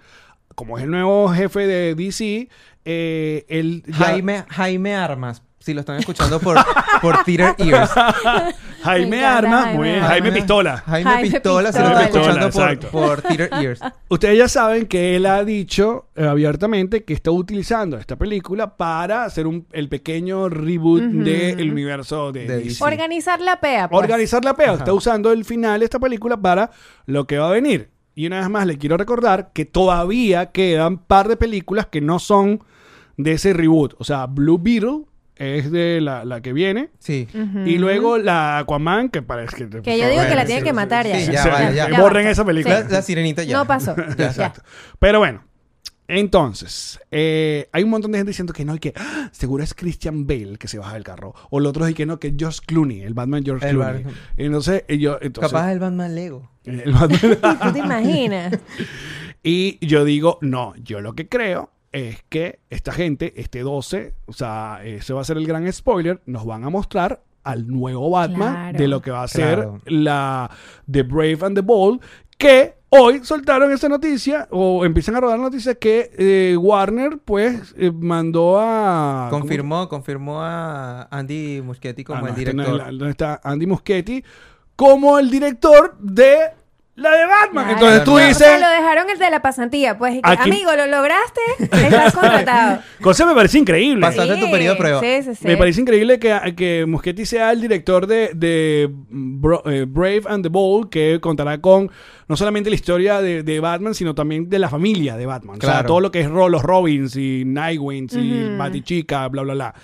S3: como es el nuevo jefe de DC, eh, él... ya-
S1: Jaime, Jaime Armas. Si lo están escuchando por, por Theater Ears.
S3: *laughs* Jaime
S2: Me encanta,
S3: Armas,
S2: Jaime
S3: muy bien,
S2: Armas.
S3: Jaime Pistola.
S1: Jaime,
S2: Jaime
S1: Pistola, si lo
S2: Pistola.
S1: están escuchando
S3: Pistola,
S1: por,
S3: exacto.
S1: por Theater Ears.
S3: Ustedes ya saben que él ha dicho eh, abiertamente que está utilizando esta película para hacer un, el pequeño reboot del universo de,
S1: De
S3: DC.
S1: DC.
S2: Organizar la pea, pues.
S3: organizar la peo. Está usando el final de esta película para lo que va a venir. Y una vez más le quiero recordar que todavía quedan par de películas que no son de ese reboot. O sea, Blue Beetle es de la, la que viene.
S1: Sí.
S2: Mm.
S3: Y luego la Aquaman, que parece que...
S2: Que yo digo que
S1: Bueno,
S2: la
S1: sí,
S2: tienen
S1: sí,
S2: que matar ya.
S1: sí,
S3: Sí,
S1: ya,
S3: sí,
S1: vale, ya.
S3: Borren
S2: basta.
S3: esa película.
S1: La, la sirenita *laughs* ya.
S2: No pasó. ya.
S3: Pero bueno, Entonces, eh, hay un montón de gente diciendo que no, y que ¡ah! seguro es Christian Bale que se baja del carro. O el otro dice que no, que es George Clooney, el Batman George
S1: El
S3: Clooney.
S1: Batman.
S3: Entonces, y yo, entonces,
S1: Capaz el Batman Lego.
S3: el
S2: *laughs*
S3: Batman- *laughs*
S2: ¿Tú te imaginas?
S3: Y yo digo, no, yo lo que creo es que esta gente, este 12, o sea, ese va a ser el gran spoiler, nos van a mostrar al nuevo Batman
S2: Claro.
S3: de lo que va a ser
S1: Claro.
S3: la The Brave and the Bold, que hoy soltaron esa noticia o empiezan a rodar noticias que eh, Warner pues eh, mandó a... Ah, ¿cómo-
S1: Confirmó, confirmó a Andy Muschietti como
S3: Ah, no,
S1: el
S3: este no es
S1: director.
S3: la- no está Andy Muschietti como el director de la de Batman.
S2: Claro.
S3: Entonces tú
S2: No,
S3: dices...
S2: O sea, lo dejaron el de la pasantía. Pues, y que,
S3: Aquí-
S2: amigo, lo lograste,
S1: *laughs*
S2: estás contratado.
S3: Cosa me parece increíble.
S1: Pasa- Pasaste tu periodo de prueba.
S2: Sí, sí, sí.
S3: Me parece increíble que, que Muschietti sea el director de, de Bro- eh, Brave and the Bold, que contará con no solamente la historia de, de Batman, sino también de la familia de Batman. O sea,
S1: Claro.
S3: todo lo que es Ro- los Robins y Nightwings y
S2: Ujú.
S3: Batichica, bla, bla, bla.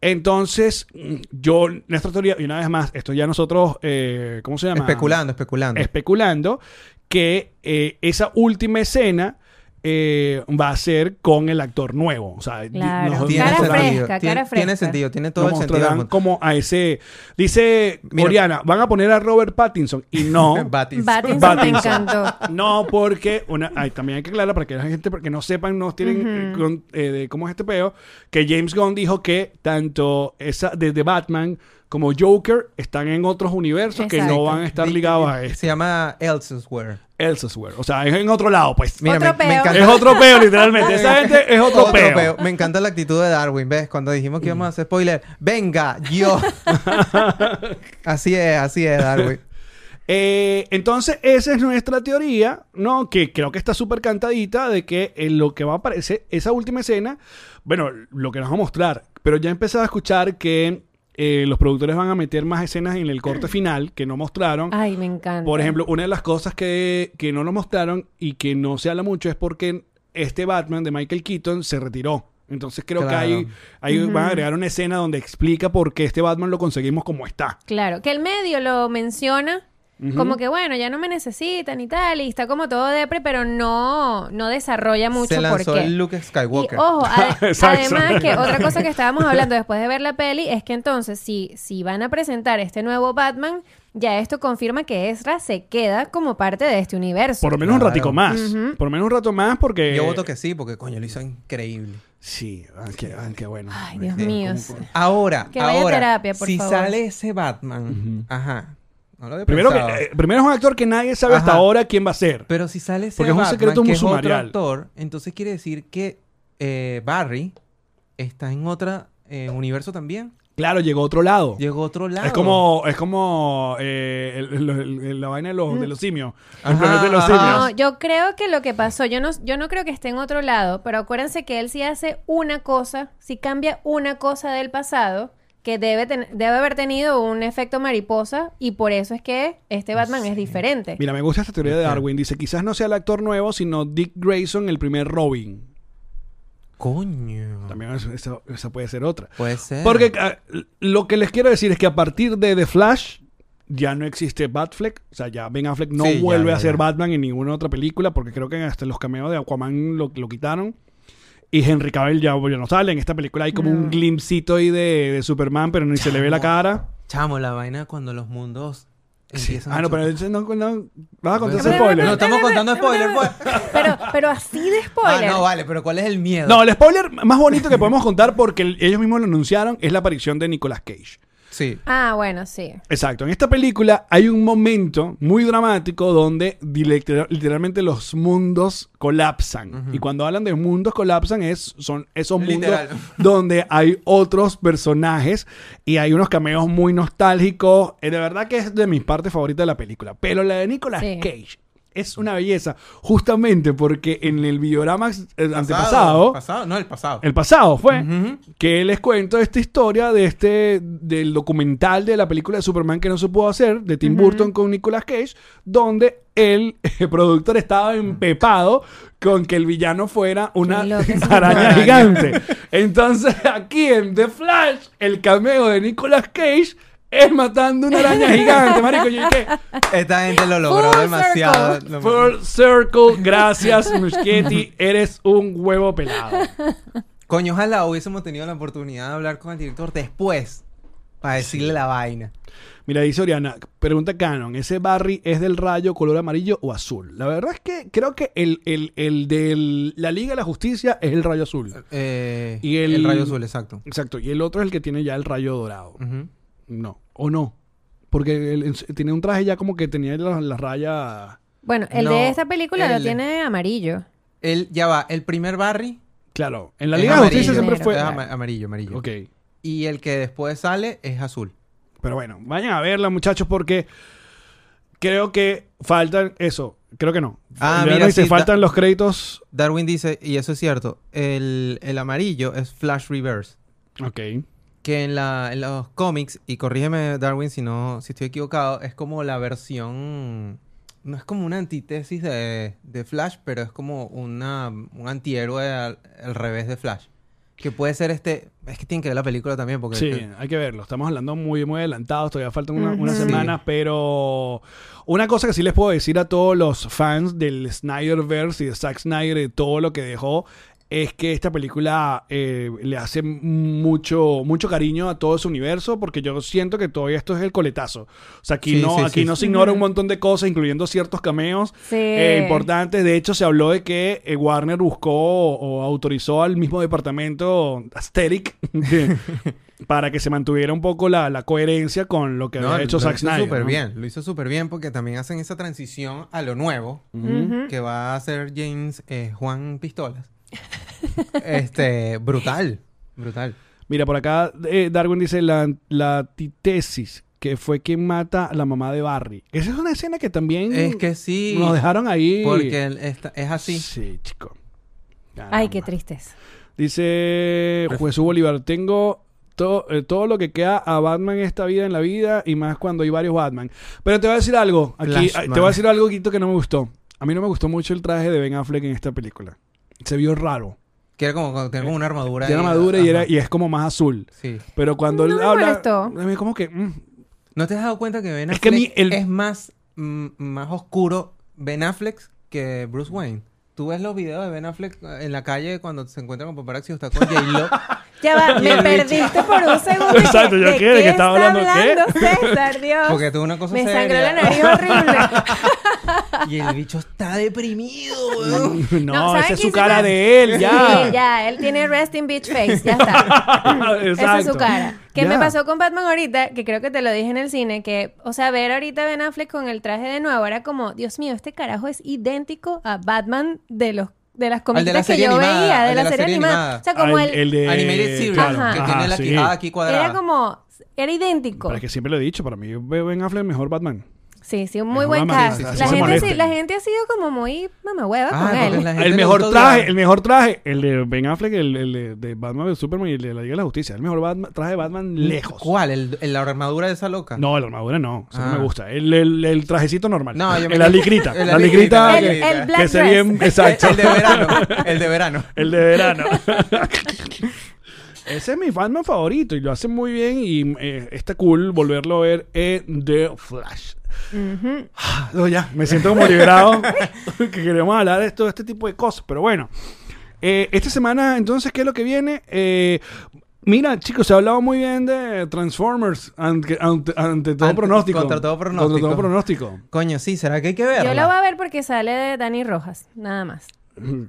S3: Entonces, mm, yo, nuestra teoría, y una vez más, esto ya nosotros, eh, ¿cómo se llama?
S1: Especulando, especulando.
S3: especulando que eh, esa última escena eh, va a ser con el actor nuevo. O sea, di-
S2: Claro.
S3: nos-
S2: Tiene Cara
S3: nos-
S2: fresca,
S1: sentido.
S2: cara
S1: tiene,
S2: fresca.
S1: tiene sentido, tiene todo
S3: nos
S1: el sentido. del
S3: mostrarán
S1: mundo.
S3: como a ese. Dice
S1: Mira-
S3: Oriana, van a poner a Robert Pattinson
S1: *laughs*
S3: y no.
S1: Batis.
S2: Batinson, me
S3: Pattinson.
S2: encantó.
S3: No, porque una, ay, también hay que aclarar para que la gente porque no sepan, no tienen eh, con- eh, de cómo es este peo, que James Gunn dijo que tanto esa desde Batman como Joker están en otros universos que
S2: Exacto.
S3: no van a estar ligados a
S1: Se
S3: este
S1: llama Elsewhere.
S3: Elsewhere, o sea, es en otro lado, pues.
S1: Mira,
S2: Otro
S1: me, me
S2: peo.
S1: encanta.
S3: Es otro peo, literalmente. Esa gente
S1: *laughs*
S3: es otro, peo.
S1: Me encanta la actitud de Darwin, ¿ves? Cuando dijimos que íbamos a hacer spoiler, venga,
S3: *laughs*
S1: yo. así es, así es, Darwin.
S3: Eh, entonces, esa es nuestra teoría, ¿no? Que creo que está súper cantadita de que en lo que va a aparecer, esa última escena, bueno, lo que nos va a mostrar, pero ya he empezado a escuchar que eh, los productores van a meter más escenas en el corte final que no mostraron.
S2: Ay, me encanta.
S3: Por ejemplo, una de las cosas que, que no lo mostraron y que no se habla mucho es porque este Batman de Michael Keaton se retiró. Entonces creo que
S1: Claro.
S3: hay, hay- van a agregar una escena donde explica por qué este Batman lo conseguimos como está.
S2: Claro, que el medio lo menciona como que bueno, ya no me necesitan y tal, y está como todo depre, pero no, no desarrolla mucho
S1: Se lanzó
S2: por qué.
S1: el Luke
S2: Y,
S1: Skywalker.
S3: *laughs*
S2: ojo, ade-
S3: Exacto.
S2: además que otra cosa que
S3: *laughs*
S2: estábamos hablando después de ver la peli es que entonces si, si van a presentar este nuevo Batman, ya esto confirma que Ezra se queda como parte de este universo.
S3: Por lo menos un
S1: Claro.
S3: ratico más. Por lo menos un rato más porque...
S1: Yo voto que sí, porque coño, lo hizo increíble.
S3: Sí, ah, qué, ah, qué bueno.
S2: Ay, Dios mío.
S1: Ahora,
S2: Que vaya a
S1: ahora,
S2: terapia, por
S1: si
S2: favor.
S1: sale ese Batman, ajá. No lo había
S3: Primero, que,
S1: pensado.
S3: eh, primero es un actor que nadie sabe hasta
S1: Ajá.
S3: ahora quién va a ser.
S1: Pero si sale ese
S3: Porque es un
S1: Batman,
S3: secreto muy
S1: que es otro
S3: sumarial.
S1: actor, entonces quiere decir que eh, Barry está en otra eh, universo también.
S3: Claro, llegó a otro lado.
S1: Llegó a otro lado.
S3: Es como, es como eh, el- el- el- el- la vaina de los, de
S2: Mm.
S3: los simios.
S1: Ajá,
S3: El planeta de los
S1: ajá.
S3: simios.
S2: No, yo creo que lo que pasó, yo no, yo no creo que esté en otro lado, pero acuérdense que él si hace una cosa, si cambia una cosa del pasado, que debe, ten- debe haber tenido un efecto mariposa y por eso es que este Batman es diferente.
S3: Mira, me gusta esta teoría de Darwin. Dice, quizás no sea el actor nuevo, sino Dick Grayson, el primer Robin.
S1: Coño.
S3: También es- esa, esa puede ser otra.
S1: Puede ser.
S3: Porque ah, lo que les quiero decir es que a partir de The Flash ya no existe Batfleck. O sea, ya Ben Affleck no
S1: Sí, ya,
S3: vuelve
S1: ya,
S3: a ser
S1: ya.
S3: Batman en ninguna otra película porque creo que hasta los cameos de Aquaman lo, lo quitaron. Y Henry Cavill ya, ya no sale. En esta película hay como un glimpsito ahí de, de Superman, pero ni se le ve la
S1: Chamo.
S3: cara.
S1: Chamo, la vaina cuando los mundos empiezan
S3: Ah,
S1: a
S3: no, pero
S1: chocar.
S3: ese no, no- vas a contar
S1: Pero-
S3: ese spoiler.
S1: No estamos contando spoiler, pues.
S2: *laughs* Pero, pero así de
S1: Ah,
S2: spoiler.
S1: no, vale, pero ¿cuál es el miedo?
S3: No, el spoiler más bonito que podemos contar porque el- ellos mismos lo anunciaron es la aparición de Nicolas Cage.
S1: Sí.
S2: Ah, bueno, sí.
S3: Exacto, en esta película hay un momento muy dramático donde dilect- literalmente los mundos colapsan. Y cuando hablan de mundos colapsan es son esos
S1: Literal.
S3: mundos *laughs* donde hay otros personajes y hay unos cameos muy nostálgicos. Eh, De verdad que es de mis partes favoritas de la película, pero la de Nicolas
S2: Sí.
S3: Cage es una belleza justamente porque en el videorama eh,
S1: Pasado,
S3: antepasado
S1: pasado, no, el pasado.
S3: el pasado fue que les cuento esta historia de este del documental de la película de Superman que no se pudo hacer de Tim Burton con Nicolas Cage donde el, *laughs* eh, productor estaba empepado con que el villano fuera una
S2: Qué loco ese
S3: *laughs*
S1: Superman.
S3: araña gigante entonces aquí en The Flash el cameo de Nicolas Cage es matando una araña gigante, marico. Yo *laughs* dije,
S1: *laughs* Esta gente lo logró
S2: Full
S1: demasiado. Lo-
S3: Full Circle, gracias, Muschietti, eres un huevo pelado.
S1: Coño, ojalá hubiésemos tenido la oportunidad de hablar con el director después para decirle la vaina.
S3: Mira, dice Oriana, pregunta Canon, ¿ese Barry es del rayo color amarillo o azul? La verdad es que creo que el, el, el de la Liga de la Justicia es el rayo azul.
S1: Eh,
S3: Y el-
S1: rayo azul, exacto.
S3: Exacto, y el otro es el que tiene ya el rayo dorado.
S1: Ujú.
S3: No, o no. Porque él en su- tiene un traje ya como que tenía la, la raya...
S2: Bueno, el
S1: No,
S2: de esta película
S1: el-
S2: lo tiene amarillo.
S1: El, ya va, el primer Barry
S3: Claro, en la
S1: Es
S3: Liga de la Justicia
S1: amarillo.
S3: siempre
S2: Negro.
S3: fue...
S1: es ama- amarillo, amarillo.
S3: Ok.
S1: Y el que después sale es azul.
S3: Pero bueno, vayan a verla, muchachos, porque creo que faltan eso. Creo que no.
S1: Ah,
S3: Leonardo
S1: mira,
S3: dice,
S1: sí,
S3: faltan los créditos.
S1: Darwin dice, y eso es cierto, el, el amarillo es Flash Reverse.
S3: Ok.
S1: Que en, la, en los cómics, y corrígeme Darwin si no si estoy equivocado, es como la versión... No es como una antítesis de, de Flash, pero es como una, un antihéroe al, al revés de Flash. Que puede ser este... Es que tienen que ver la película también porque...
S3: Sí, hay que verlo. Estamos hablando muy, muy adelantados. Todavía faltan una- unas
S1: Ujú.
S3: semanas, pero una cosa que sí les puedo decir a todos los fans del Snyderverse y de Zack Snyder y de todo lo que dejó es que esta película eh, le hace mucho, mucho cariño a todo ese universo porque yo siento que todavía esto es el coletazo. O sea, aquí
S1: Sí,
S3: no,
S1: sí,
S3: aquí
S1: sí,
S3: no
S1: sí.
S3: se ignora un montón de cosas, incluyendo ciertos cameos.
S2: Sí.
S3: eh, importantes. De hecho, se habló de que eh, Warner buscó o, o autorizó al mismo departamento Asterix *laughs* para que se mantuviera un poco la, la coherencia con lo que
S1: No,
S3: había hecho
S1: lo
S3: Zack
S1: hizo
S3: Snyder.
S1: súper
S3: ¿no?
S1: bien, lo hizo súper bien porque también hacen esa transición a lo nuevo
S2: Ujú.
S3: Mm-hmm.
S1: que va a hacer James eh, Juan Pistolas. *laughs* este, brutal, brutal.
S3: Mira, por acá eh, Darwin dice la, la antítesis que fue quien mata a la mamá de Barry. Esa es una escena que también
S1: Es que sí,
S3: nos dejaron ahí.
S1: porque el- esta- es así.
S3: Sí, chico.
S2: Ay, qué
S3: Caramba.
S2: tristeza.
S3: Dice Jesús Bolívar, tengo to- eh, todo lo que queda a Batman en esta vida en la vida y más cuando hay varios Batman. Pero te voy a decir algo, aquí,
S1: Flashman.
S3: ah, te voy a decir algo Guito, que no me gustó. A mí no me gustó mucho el traje de Ben Affleck en esta película. Se vio raro.
S1: Que era como cuando tenía como una armadura.
S3: Tiene
S1: ahí,
S3: armadura
S1: ajá.
S3: y, era, y es como más azul.
S1: Sí.
S3: Pero cuando
S2: No
S3: él
S2: me
S3: habla,
S2: molestó.
S3: a mí como que mm,
S1: ¿No te has dado cuenta que Ben
S3: Es
S1: Affleck es,
S3: que a mí el-
S1: más, mm, más oscuro Ben Affleck que Bruce Wayne? Tú ves los videos de Ben Affleck eh, en la calle cuando se encuentra con paparazzi o está con
S3: *laughs*
S1: J-Lo. *laughs*
S2: Ya va, me
S1: el
S2: perdiste por un segundo. y
S3: Exacto,
S2: que-
S3: yo
S2: ¿de
S3: qué, de qué estaba hablando, ¿qué?
S2: César, Dios.
S1: Porque tú una cosa
S2: me
S1: seria.
S2: sangró la nariz horrible.
S1: *laughs* Y el bicho está deprimido, weón.
S3: no,
S2: ¿saben
S3: esa es su
S2: qué
S3: cara
S2: hicieron? *laughs*
S3: de él, ya.
S2: Sí, ya, él tiene resting bitch face, ya está. Esa es
S3: *laughs* Exacto.
S2: su cara. Que
S3: Ya.
S2: me pasó con Batman ahorita, que creo que te lo dije en el cine, que, o sea, ver ahorita a Ben Affleck con el traje de nuevo era como, Dios mío, este carajo es idéntico a Batman de los de
S1: de
S2: las
S1: la
S2: comiquitas que
S1: serie
S2: yo
S1: animada,
S2: veía, de,
S1: al
S2: la, serie, animada. O sea, como
S3: Ah,
S2: él
S3: el de
S1: Animated Series,
S3: claro,
S1: que
S2: Ajá.
S1: tiene la
S3: sí.
S1: quijada aquí cuadrada.
S2: era como, era idéntico.
S3: Pero es que siempre lo he dicho, para mí Ben Affleck es mejor Batman.
S2: Sí, sí, un muy
S3: Es
S2: buen
S3: una
S2: cast.
S3: maldita,
S1: así
S2: la,
S1: se
S2: gente,
S3: molesta.
S2: sí- la gente ha sido como muy mamahueva
S1: Ah,
S2: con
S1: porque
S2: él.
S1: la gente
S3: El
S1: le
S3: mejor
S1: gusta
S3: traje,
S1: odiar.
S3: el mejor traje, el de Ben Affleck, el, el de, de Batman de Superman y el de la Liga de la Justicia. El mejor Batman- traje de Batman lejos.
S1: ¿Cuál? ¿El, el- la armadura de esa loca?
S3: No, la armadura no, eso no
S1: Ah.
S3: me gusta. El, el- el trajecito normal.
S1: No, yo me-
S3: El- la licrita.
S1: *laughs* El
S3: la
S1: alicrita,
S3: licrita
S1: el
S3: que,
S1: alicrita. El
S2: black
S3: que se bien,
S1: El,
S3: exacto.
S1: el de verano. El de verano.
S3: *laughs* El
S1: *laughs*
S3: de verano. Ese es mi Batman favorito y lo hace muy bien y eh, está cool volverlo a ver en The Flash.
S2: Ujú.
S3: Ah, no, ya, me siento como
S1: *laughs*
S3: liberado *laughs* que queremos hablar de, esto, de este tipo de cosas, pero bueno. Eh, esta semana, entonces, ¿qué es lo que viene? Eh, mira, chicos, se ha hablado muy bien de Transformers ante, ante- ante todo
S1: Ante-
S3: pronóstico.
S1: contra todo pronóstico.
S3: Contra todo pronóstico. *clears throat*
S1: Coño, sí, ¿será que hay que verla?
S2: Yo la voy a ver porque sale de Dani Rojas, nada más.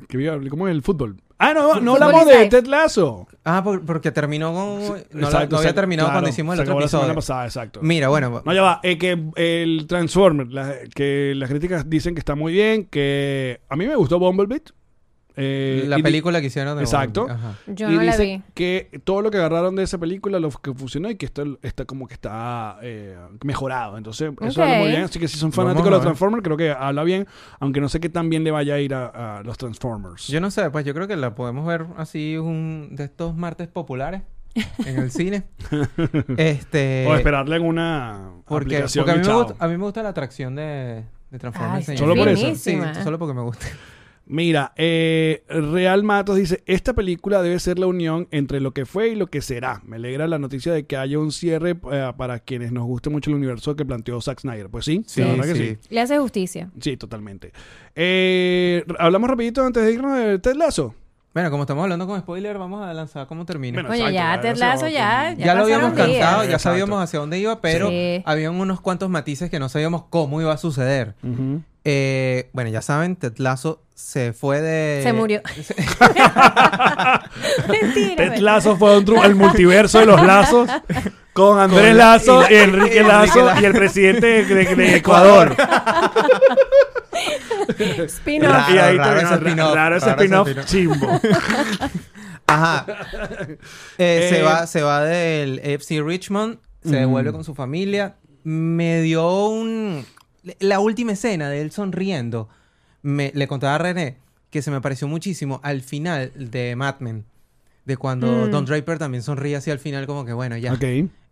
S3: Que viva- ¿Cómo es el fútbol? Ah, no, no hablamos
S2: Fútbol
S3: de
S2: Inside.
S3: Ted Lasso.
S1: Ah, por- porque terminó con... No, la-
S3: Exacto,
S1: no había
S3: exacto,
S1: terminado
S3: claro,
S1: cuando hicimos
S3: se
S1: el otro
S3: acabó La
S1: episodio.
S3: semana pasada, exacto.
S1: Mira, bueno...
S3: No, ya va. eh, que el Transformer, la- que las críticas dicen que está muy bien, que a mí me gustó Bumblebee. Eh,
S1: la
S3: y di-
S1: película que hicieron de
S3: Exacto.
S1: Bumblebee, ajá.
S2: Yo
S3: y
S2: no la
S3: dice
S2: vi.
S3: que todo lo que agarraron de esa película lo que funcionó y que esto está como que está eh, mejorado. Entonces, eso habla
S2: Ok.
S3: muy bien. Así que si son
S1: Vamos
S3: fanáticos
S1: a
S3: de los
S1: ver.
S3: Transformers, creo que habla bien, aunque no sé qué tan bien le vaya a ir a, a los Transformers.
S1: Yo no sé, pues yo creo que la podemos ver así un de estos martes populares en el
S3: *laughs*
S1: cine. este...
S3: o esperarle en una
S1: Porque,
S3: aplicación
S1: porque a,
S3: y
S1: mí me
S3: chao.
S1: gusta, a mí me gusta la atracción de, de Transformers.
S2: Ay,
S1: en
S3: sí, Solo por eso.
S1: Sí,
S2: finísima.
S1: solo porque me gusta. *laughs*
S3: Mira, eh, Real Matos dice, esta película debe ser la unión entre lo que fue y lo que será. Me alegra la noticia de que haya un cierre eh, para quienes nos guste mucho el universo que planteó Zack Snyder. Pues sí,
S1: Sí,
S3: la verdad que
S1: sí.
S3: sí.
S2: Le hace justicia.
S3: Sí, totalmente. Eh, hablamos rapidito antes de irnos de Ted Lasso.
S1: Bueno, como estamos hablando con spoiler, vamos a lanzar cómo termina.
S3: Bueno,
S2: Oye,
S3: exacto,
S2: ya,
S3: ya,
S2: Ted
S3: se va
S2: Lasso
S3: con-
S2: Pues, ya.
S1: ya lo habíamos
S2: pasaron días.
S1: cantado, ya
S3: Exacto.
S1: sabíamos hacia dónde iba, pero
S2: Sí.
S1: habían unos cuantos matices que no sabíamos cómo iba a suceder. Eh, bueno, ya saben, Ted Lasso se fue de... *laughs*
S2: Se murió. Mentira.
S3: Ted
S2: güey.
S3: Lazo fue un tru- al multiverso
S2: *laughs*
S3: de los lazos con Andrés
S1: Con-
S3: Lazo,
S1: y-
S3: Enrique
S1: y
S3: Lazo
S1: Enrique
S3: y el presidente de,
S1: *laughs*
S3: de- de Ecuador.
S2: Spin-off.
S1: Raro,
S3: y ahí
S1: raro
S3: terminó,
S1: ese spin-off,
S3: raro ese
S1: raro ese
S3: spin-off
S1: spin-off.
S3: chimbo. *laughs*
S1: Ajá. Eh,
S3: Eh,
S1: se, va, se va del FC Richmond, se devuelve con su familia. Me dio un... La última escena de él sonriendo. Me, le contaba a René que se me pareció muchísimo al final de Mad Men. De cuando
S2: Mm.
S1: Don Draper también sonríe así al final como que bueno, ya.
S3: Ok.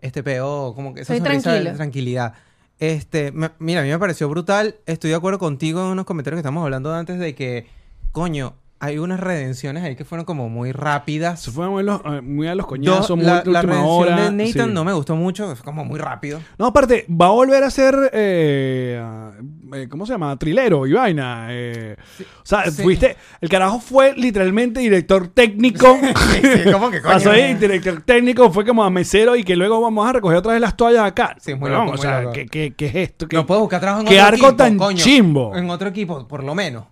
S1: Este peo, como que esa
S2: Soy
S1: sonrisa de
S2: tranquilo.
S1: tranquilidad. Este, me- mira, a mí me pareció brutal. Estoy de acuerdo contigo en unos comentarios que estamos hablando antes de que, coño, hay unas redenciones ahí que fueron como muy rápidas.
S3: Se fue muy a los, eh, muy a los coñazos,
S1: Dos-
S3: muy
S1: la,
S3: de
S1: la
S3: última
S1: redención
S3: hora.
S1: de Nathan
S3: sí.
S1: no me gustó mucho, es como muy
S3: *laughs*
S1: rápido.
S3: No, aparte, va a volver a ser. eh, eh, ¿Cómo se llama? Trilero y vaina. eh. o sea,
S1: sí.
S3: fuiste. El carajo fue literalmente director
S1: *laughs*
S3: técnico.
S1: como que
S3: Pasó ahí, director técnico, fue como a mesero y que luego vamos a recoger otra vez las toallas acá.
S1: Sí, es muy
S3: Weón,
S1: loco,
S3: O
S1: muy
S3: sea,
S1: loco.
S3: ¿qué, qué, qué es esto? ¿Qué-
S1: No puedo buscar trabajo en
S3: qué
S1: otro
S3: arco
S1: equipo,
S3: tan
S1: coño.
S3: chimbo.
S1: En otro equipo, por lo menos.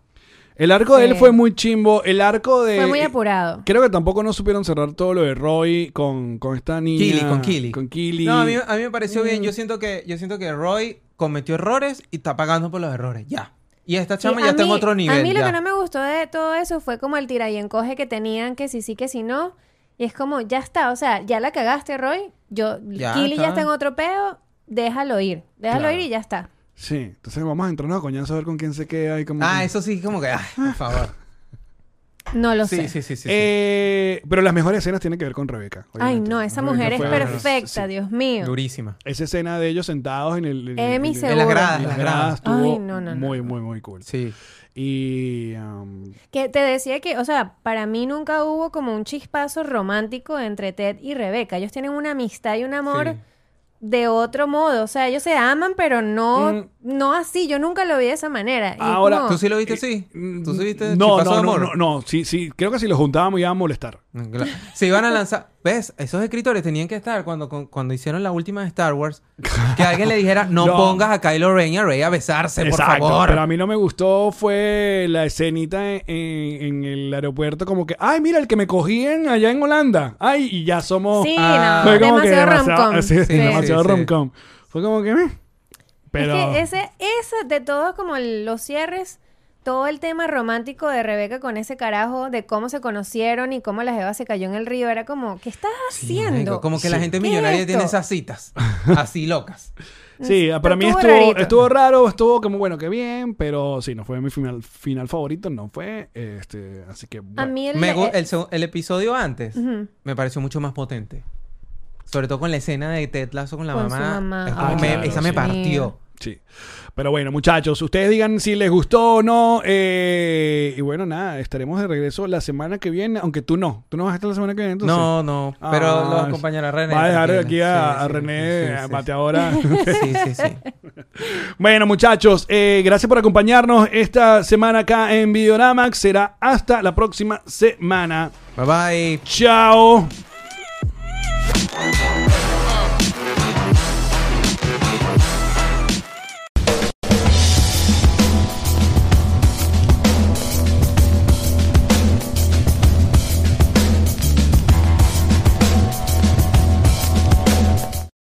S3: El arco de él
S2: Sí.
S3: fue muy chimbo. El arco de. eh,
S2: Fue muy apurado.
S3: Creo que tampoco no supieron cerrar todo lo de Roy con, con esta niña.
S1: Kili, con Kili.
S3: Con Kili.
S1: No, a mí, a mí me pareció bien.
S2: Mm.
S1: Yo siento que yo siento que Roy cometió errores y está pagando por los errores. Ya. Y esta chama
S2: Sí,
S1: ya
S2: a
S1: está en
S2: mí-
S1: otro nivel.
S2: A mí lo
S1: ya.
S2: que no me gustó de todo eso fue como el tira y encoge que tenían, que si sí, que si no. Y es como, ya está, o sea, ya la cagaste, Roy. Yo,
S1: Ya
S2: Kili
S1: está.
S2: ya está en otro peo, déjalo ir. Déjalo
S3: Claro.
S2: ir y ya está.
S3: Sí, entonces vamos a entrarnos a coñazo a ver con quién se queda y cómo.
S1: Ah, eso sí, como que, ay, por
S3: *laughs*
S1: favor.
S2: No lo
S1: sí,
S2: sé.
S1: sí, sí, sí, sí.
S3: Eh, Pero las mejores escenas tienen que ver con Rebeca.
S2: Ay,
S3: obviamente.
S2: no, esa
S3: Rebeca
S2: mujer es
S3: fue-
S2: perfecta,
S3: sí.
S2: Dios mío.
S1: Durísima.
S3: Esa escena de ellos sentados en el. en-
S2: Emi
S3: en-
S2: se-
S1: En las gradas,
S3: en
S1: en
S3: las
S1: las
S3: gradas
S1: gradas.
S3: estuvo
S2: Ay, no, no, no.
S3: muy, muy, muy cool.
S1: Sí.
S3: Y. um,
S2: Que te decía que, o sea, para mí nunca hubo como un chispazo romántico entre Ted y Rebeca. Ellos tienen una amistad y un amor
S1: Sí.
S2: de otro modo. O sea, ellos se aman, pero no,
S3: Mm.
S2: no así. Yo nunca lo vi de esa manera. Y es
S3: Ahora,
S2: como-
S1: ¿Tú sí lo viste así? ¿Tú sí viste
S3: Eh, mm, no,
S1: Chispazo
S3: no,
S1: de
S3: no,
S1: Amor?
S3: no, no, sí, sí, creo que si los juntábamos iban a molestar.
S1: Claro. Se iban a lanzar. ¿Ves? Esos escritores tenían que estar cuando, con- cuando hicieron la última de Star Wars. Que alguien le dijera, no,
S3: *laughs* No.
S1: pongas a Kylo Ren y a Rey a besarse, por favor.
S3: Pero a mí no me gustó fue la escenita en, en- en el aeropuerto como que, ay, mira el que me cogí en- allá en Holanda. Ay, y ya somos
S2: Sí,
S1: Ah.
S2: no.
S3: fue como que
S2: demasiado ah, rom-com.
S3: así es,
S1: Sí,
S3: demasiado
S1: sí, sí.
S3: rom-com. Fue como que, meh. pero
S2: Es que ese, ese de todos como el- los cierres, todo el tema romántico de Rebeca con ese carajo, de cómo se conocieron y cómo la jeva se cayó en el río, era como, ¿qué estás
S1: Sí,
S2: haciendo?
S1: marico, como que la
S3: Sí.
S1: gente
S2: ¿Qué
S1: millonaria
S2: es
S1: tiene
S2: esto?
S1: esas
S3: *laughs*
S1: citas así locas.
S3: sí, para mí
S2: estuvo
S3: estuvo,
S2: rarito.
S3: estuvo raro, estuvo como bueno, que bien, pero sí, no fue mi final, final favorito, no fue este, así que
S2: A
S3: bueno.
S2: mí el...
S1: Me gu-
S2: eh,
S1: el, seg- el episodio antes
S2: ujú.
S1: me pareció mucho más potente. Sobre todo con la escena de Ted Lasso con la
S2: Con su
S1: mamá.
S2: mamá.
S1: Es como
S3: Ah,
S1: me-
S3: claro,
S1: esa
S3: sí.
S1: me partió.
S3: Sí. Pero bueno, muchachos, ustedes digan si les gustó o no. eh, y bueno, nada, estaremos de regreso la semana que viene, aunque tú no. Tú no vas a estar la semana que viene, entonces.
S1: no, no.
S3: Ah,
S1: pero lo acompañará René.
S3: Va a dejar aquí
S1: tranquila.
S3: a,
S1: Sí,
S3: a
S1: sí,
S3: René,
S1: sí,
S3: a
S1: sí,
S3: Bateadora.
S1: Sí, sí,
S3: *laughs*
S1: sí.
S3: bueno, muchachos, eh, gracias por acompañarnos esta semana acá en Videoramax. Será hasta la próxima semana.
S1: Bye bye.
S3: Chao.